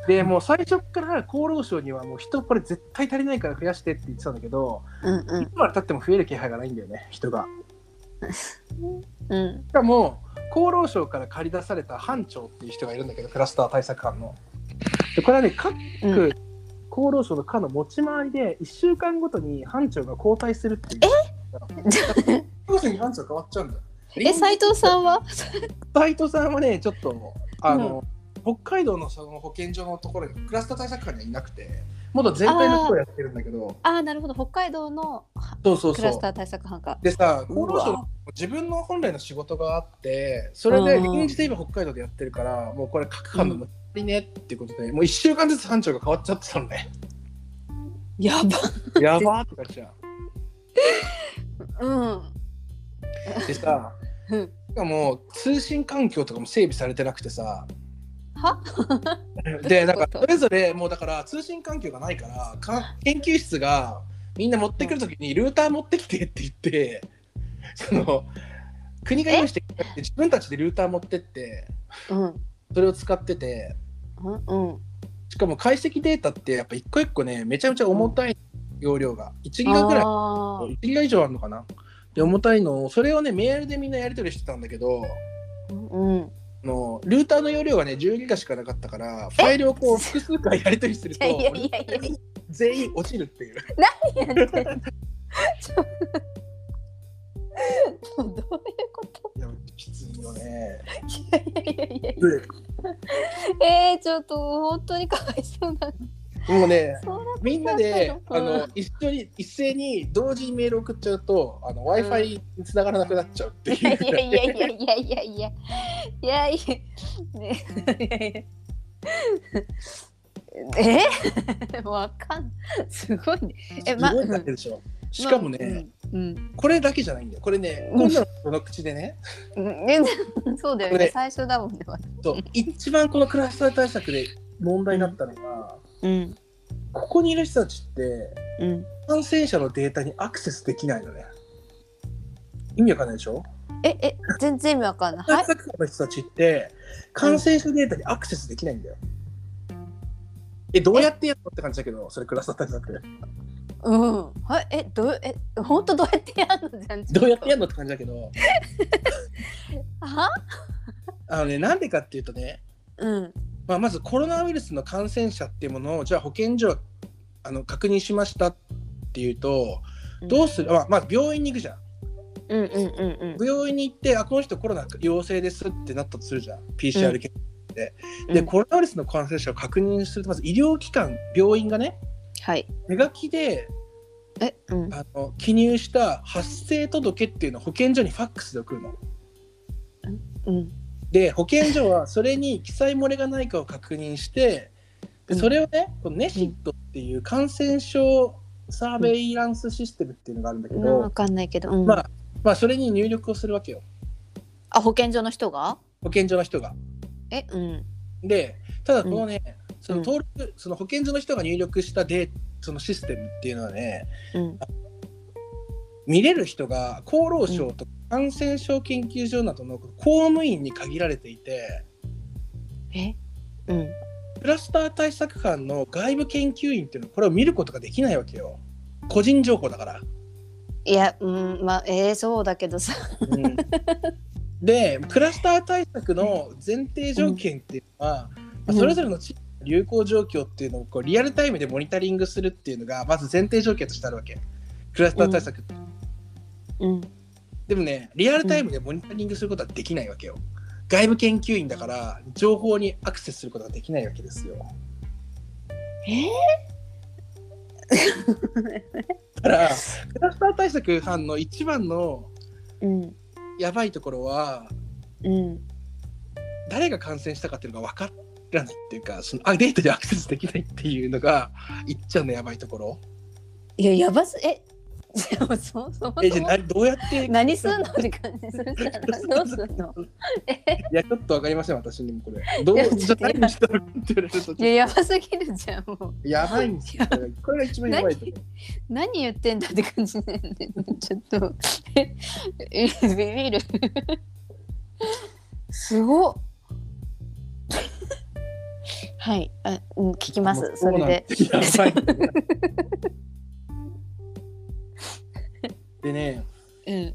[SPEAKER 2] で、もう最初から厚労省には、もう人これ絶対足りないから増やしてって言ってたんだけど、
[SPEAKER 1] うんう
[SPEAKER 2] い
[SPEAKER 1] ん
[SPEAKER 2] つまでたっても増える気配がないんだよね、人が。
[SPEAKER 1] うん
[SPEAKER 2] しかも厚労省から借り出された班長っていう人がいるんだけどクラスター対策班のでこれはね各
[SPEAKER 1] うん
[SPEAKER 2] 厚労省の課の持ち回りで1週間ごとに班長が交代するっていうえに班長変わっちゃうんだよ
[SPEAKER 1] え斉藤さんは
[SPEAKER 2] 斉藤さんはねちょっとあの、北海道のその保健所のところにクラスター対策班にはいなくてもっと全体の人をやってるんだけど
[SPEAKER 1] ああなるほど北海道の
[SPEAKER 2] そうそう
[SPEAKER 1] ク
[SPEAKER 2] そ
[SPEAKER 1] ラスタ
[SPEAKER 2] う
[SPEAKER 1] ー対策班か
[SPEAKER 2] でさ厚労省
[SPEAKER 1] う
[SPEAKER 2] の
[SPEAKER 1] わ
[SPEAKER 2] 自分の本来の仕事があってそれで
[SPEAKER 1] うんうん
[SPEAKER 2] 現地で今北海道でやってるからもうこれ各班のもったいねっていうことで、もう1週間ずつ班長が変わっちゃってたのね
[SPEAKER 1] や
[SPEAKER 2] やばーって感じじゃん。
[SPEAKER 1] ば。うん。
[SPEAKER 2] でさ、
[SPEAKER 1] うん
[SPEAKER 2] しかも通信環境とかも整備されてなくてさ、
[SPEAKER 1] は？
[SPEAKER 2] でなんか
[SPEAKER 1] ど
[SPEAKER 2] そ
[SPEAKER 1] いうこと
[SPEAKER 2] うれぞれもうだから通信環境がないからか研究室がみんな持ってくるときにルーター持ってきてって言ってその国が用意してくれて自分たちでルーター持ってって
[SPEAKER 1] うん。
[SPEAKER 2] それを使ってて
[SPEAKER 1] うんうん。
[SPEAKER 2] しかも解析データってやっぱ一個一個ねめちゃめちゃ重たい容量が1ギガぐらい
[SPEAKER 1] あー
[SPEAKER 2] 1ギガ以上あるのかなで重たいのをそれをねメールでみんなやり取りしてたんだけど
[SPEAKER 1] うん。
[SPEAKER 2] あのルーターの容量がね10ギガしかなかったからファイルをこう複数回やり取りす る
[SPEAKER 1] い
[SPEAKER 2] と
[SPEAKER 1] やいやいやいやい
[SPEAKER 2] 全員落ちるっていう。
[SPEAKER 1] ややってんの。ちょどういうこと？
[SPEAKER 2] いやきつい よね。
[SPEAKER 1] いやいやいやいやいや。えー、ちょっと本当にかわいそうな。
[SPEAKER 2] もうね
[SPEAKER 1] そうな
[SPEAKER 2] みんなで
[SPEAKER 1] うん
[SPEAKER 2] あの一緒に一斉に同時にメール送っちゃうとあの w i f i に繋がらなくなっちゃうって
[SPEAKER 1] いや
[SPEAKER 2] いう
[SPEAKER 1] い。やいやいやいやいやいやいやいやねえわかんすごいねえます
[SPEAKER 2] ごいだけでしょ。しかもね、
[SPEAKER 1] うん
[SPEAKER 2] これだけじゃないんだよ。これね、
[SPEAKER 1] うん
[SPEAKER 2] こんなのこの口でね、
[SPEAKER 1] うんねそうだよ
[SPEAKER 2] こ
[SPEAKER 1] ね
[SPEAKER 2] れ
[SPEAKER 1] 最初だもんね
[SPEAKER 2] そう一番このクラスター対策で問題だったのが、
[SPEAKER 1] うん
[SPEAKER 2] ここにいる人たちって
[SPEAKER 1] うん
[SPEAKER 2] 感染者のデータにアクセスできないのね。意味わかんないでしょ。
[SPEAKER 1] ええ全然意味わかんないは
[SPEAKER 2] 対
[SPEAKER 1] い
[SPEAKER 2] 策者の人たちって感染者データにアクセスできないんだよ。え、どうやってやるのって感じだけど、それクラスター対策。
[SPEAKER 1] うんはいえどうえ本当どうやってやるのじゃん
[SPEAKER 2] どうやってや
[SPEAKER 1] る
[SPEAKER 2] るのって感じだけど、
[SPEAKER 1] は
[SPEAKER 2] あのね、なんでかっていうとね、
[SPEAKER 1] うん
[SPEAKER 2] まあ、まずコロナウイルスの感染者っていうものを、じゃあ保健所はあの確認しましたっていうと、どうする、まあ、まあ、病院に行くじゃん。
[SPEAKER 1] うんうんうん
[SPEAKER 2] 病院に行って、あ、この人コロナ陽性ですってなったとするじゃん、PCR 検査で。
[SPEAKER 1] うん
[SPEAKER 2] で、
[SPEAKER 1] うん
[SPEAKER 2] コロナウイルスの感染者を確認すると、まず医療機関、病院がね、
[SPEAKER 1] はい
[SPEAKER 2] 手書きで
[SPEAKER 1] えうん
[SPEAKER 2] あの記入した発生届っていうのを保健所にファックスで送るの。
[SPEAKER 1] うん
[SPEAKER 2] で保健所はそれに記載漏れがないかを確認してでそれをねこのネシットっていう感染症サーベイランスシステムっていうのがあるんだけ
[SPEAKER 1] うん
[SPEAKER 2] ど、
[SPEAKER 1] わかんないけどうん
[SPEAKER 2] まあまあ、それに入力をするわけよ
[SPEAKER 1] あ保健所の人が
[SPEAKER 2] 保健所の人が。
[SPEAKER 1] えうん
[SPEAKER 2] でただこのね、その
[SPEAKER 1] うん
[SPEAKER 2] 登録その保健所の人が入力したデーそのシステムっていうのはね
[SPEAKER 1] うん
[SPEAKER 2] 見れる人が厚労省とか感染症研究所などの公務員に限られていて。
[SPEAKER 1] えうん
[SPEAKER 2] クラスター対策班の外部研究員っていうのはこれを見ることができないわけよ個人情報だから。
[SPEAKER 1] いやうんまあえー、そうだけどさ
[SPEAKER 2] でクラスター対策の前提条件っていうのは、
[SPEAKER 1] うん
[SPEAKER 2] まあそれぞれの地域の流行状況っていうのをこうリアルタイムでモニタリングするっていうのがまず前提条件としてあるわけクラスター対策、
[SPEAKER 1] うん
[SPEAKER 2] でもねリアルタイムでモニタリングすることはできないわけよ外部研究員だから情報にアクセスすることができないわけですよ
[SPEAKER 1] え
[SPEAKER 2] だからクラスター対策班の一番の
[SPEAKER 1] ー、うん
[SPEAKER 2] やばいところは
[SPEAKER 1] うん
[SPEAKER 2] 誰が感染したかっていうのが分からないっていうかそのあデータにアクセスできないっていうのがいっちゃんのやばいところ
[SPEAKER 1] いややばすえ でもそそも
[SPEAKER 2] えじ
[SPEAKER 1] そ
[SPEAKER 2] ゃ
[SPEAKER 1] も
[SPEAKER 2] あなどうやってい
[SPEAKER 1] 何すんのって感じするじゃんどうすんのえ
[SPEAKER 2] やちょっと分かりません私にもこれどう
[SPEAKER 1] いや
[SPEAKER 2] じゃあ誰にしたのかって言われると
[SPEAKER 1] い
[SPEAKER 2] ちょっ
[SPEAKER 1] ややばすぎるじゃんもう
[SPEAKER 2] とやばいんですよこれこれが一番やばいところ
[SPEAKER 1] 何言ってんだって感じなんでちょっとええビビるすごっはいあ、うん、聞きますそれで
[SPEAKER 2] もうそうなんですやばいんだよでね
[SPEAKER 1] うん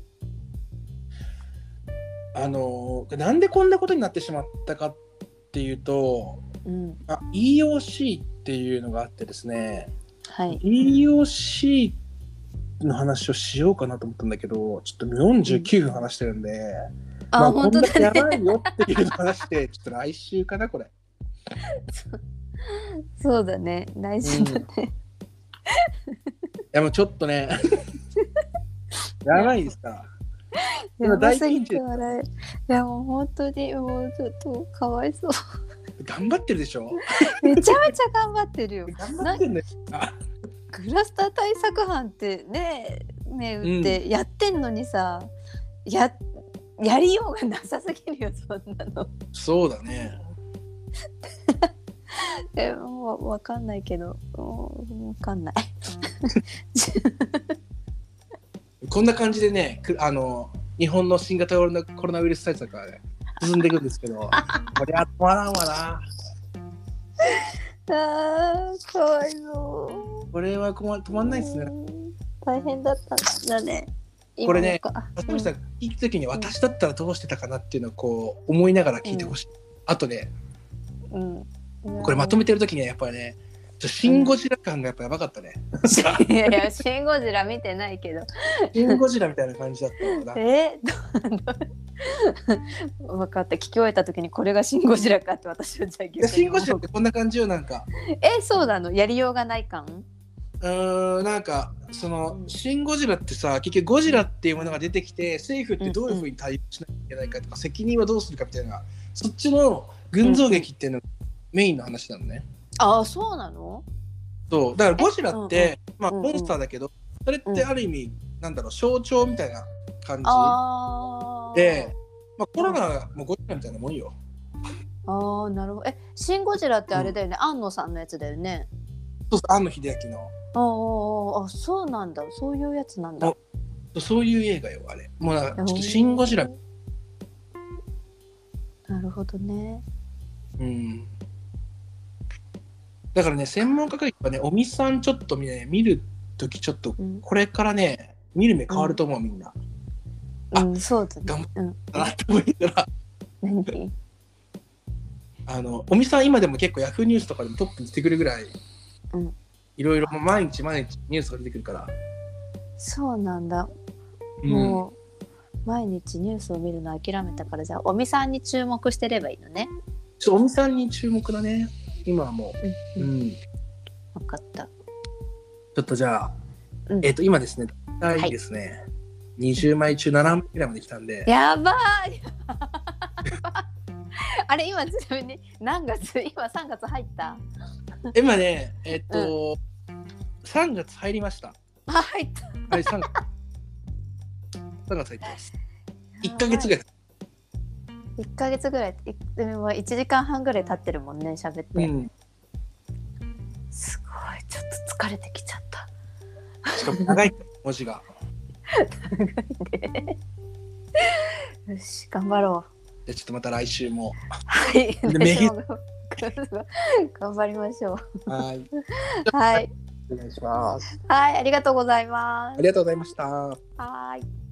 [SPEAKER 2] あのーなんでこんなことになってしまったかっていうと
[SPEAKER 1] うん
[SPEAKER 2] あ EOC っていうのがあってですね
[SPEAKER 1] はい。
[SPEAKER 2] EOC の話をしようかなと思ったんだけどちょっと49分話してるんで、
[SPEAKER 1] あ、
[SPEAKER 2] ま
[SPEAKER 1] 本当
[SPEAKER 2] こん
[SPEAKER 1] だ
[SPEAKER 2] だけや
[SPEAKER 1] ね。
[SPEAKER 2] ばいよっていう話でちょっと来週かなこれ、
[SPEAKER 1] そうだね。来
[SPEAKER 2] う
[SPEAKER 1] 週
[SPEAKER 2] ん、い
[SPEAKER 1] だ
[SPEAKER 2] やもうちょっ とねやばいですからうん
[SPEAKER 1] やばすぎて笑え。いやもう本当にもうちょっとかわいそう。
[SPEAKER 2] 頑張ってるでしょ
[SPEAKER 1] めちゃめちゃ頑張ってるよ。
[SPEAKER 2] 頑張ってるね
[SPEAKER 1] クラスター対策班ってねね
[SPEAKER 2] ん
[SPEAKER 1] 打ってやってんのにさ、ややりようがなさすぎるよそんなの。
[SPEAKER 2] そうだね。
[SPEAKER 1] えもうわかんないけどうんわかんない。
[SPEAKER 2] こんな感じでね、くあの、日本の新型コロナコロナウイルス対策はね、進んでいくんです けど、これは止まらんわな。
[SPEAKER 1] あーかわいそう。
[SPEAKER 2] これは困止まんないですね
[SPEAKER 1] う。ん大変だったんだね。
[SPEAKER 2] これね
[SPEAKER 1] 今のか
[SPEAKER 2] 橋本さん、聞くときに私だったらどうしてたかなっていうのをこう思いながら聞いてほしい。あとね、
[SPEAKER 1] うんうん
[SPEAKER 2] これまとめてるときにはやっぱりね、ちょシン・ゴジラ感がやっぱやば かったね。
[SPEAKER 1] いやいや、シン・ゴジラ見てない けど。
[SPEAKER 2] シン・ゴジラみたいな感じだったのかな。
[SPEAKER 1] えどう 分かった。聞き終えた時にこれがシン・ゴジラかって私はじゃあ
[SPEAKER 2] い
[SPEAKER 1] 逆
[SPEAKER 2] や
[SPEAKER 1] に。
[SPEAKER 2] シン・ゴジラってこんな感じよ、なんか。
[SPEAKER 1] え、そうなのやりようがない感
[SPEAKER 2] うーん、なんか、その、シン・ゴジラってさ、結局ゴジラっていうものが出てきて、政府ってどういうふうに対応しなきゃいけないかとか、責任はどうするかみたいな、そっちの群像劇っていうのがメインの話なのね。
[SPEAKER 1] ああ、そうなの
[SPEAKER 2] そうだからゴジラって、まあ、
[SPEAKER 1] うんうん
[SPEAKER 2] モンスターだけど、それってある意味、なんだろう象徴みたいな感じ
[SPEAKER 1] ああ。
[SPEAKER 2] で、まあ、コロナもゴジラみたいなもんよ。
[SPEAKER 1] ああ、なるほど。え、シン・ゴジラってあれだよね。庵野さんのやつだよね。
[SPEAKER 2] そうそう庵野秀明の
[SPEAKER 1] あーあー、あーそうなんだ。そういうやつなんだ。
[SPEAKER 2] そうそういう映画よあれもうなんかちょっと「シン・ゴジラ」
[SPEAKER 1] なるほどね。
[SPEAKER 2] うんだからね専門家が言えばねおみさんちょっとね見るときちょっと
[SPEAKER 1] うん、
[SPEAKER 2] これからね見る目変わると思うみんな。あ
[SPEAKER 1] うん、そうだ
[SPEAKER 2] 頑張
[SPEAKER 1] ね。うん、
[SPEAKER 2] だなと思いながら
[SPEAKER 1] 何
[SPEAKER 2] あのおみさん今でも結構ヤフーニュースとかでもトップにしてくるぐらい、
[SPEAKER 1] うん
[SPEAKER 2] いろいろもう毎日毎日ニュースが出てくるから。
[SPEAKER 1] そうなんだ。
[SPEAKER 2] うん
[SPEAKER 1] もう毎日ニュースを見るの諦めたからじゃあおみさんに注目してればいいのね。
[SPEAKER 2] ちょっとおみさんに注目だね、今はもう。うん。ち
[SPEAKER 1] 分かった。
[SPEAKER 2] ょっとじゃあ、
[SPEAKER 1] うん
[SPEAKER 2] えっ、と、今ですね、
[SPEAKER 1] い
[SPEAKER 2] はい、ですね、20枚中7枚ぐらいまで来たんで、
[SPEAKER 1] やばい。やばい あれ今ちなみに何月今3月入った
[SPEAKER 2] 今ね、えっ、と、3月入りました。
[SPEAKER 1] あ入った
[SPEAKER 2] はい、3月。3月入ってます。1ヶ月ぐらい。
[SPEAKER 1] 1ヶ月ぐらいいでも1時間半ぐらい経ってるもんね喋って、
[SPEAKER 2] うん。
[SPEAKER 1] すごいちょっと疲れてきちゃった
[SPEAKER 2] しかも長い文字が。
[SPEAKER 1] よし頑張ろう
[SPEAKER 2] じゃあちょっとまた来週も。
[SPEAKER 1] はい
[SPEAKER 2] でめげ
[SPEAKER 1] 頑張りましょ
[SPEAKER 2] はい。
[SPEAKER 1] うはい
[SPEAKER 2] お願いします。
[SPEAKER 1] はいありがとうございま
[SPEAKER 2] あ
[SPEAKER 1] す
[SPEAKER 2] りがとうございました。
[SPEAKER 1] はい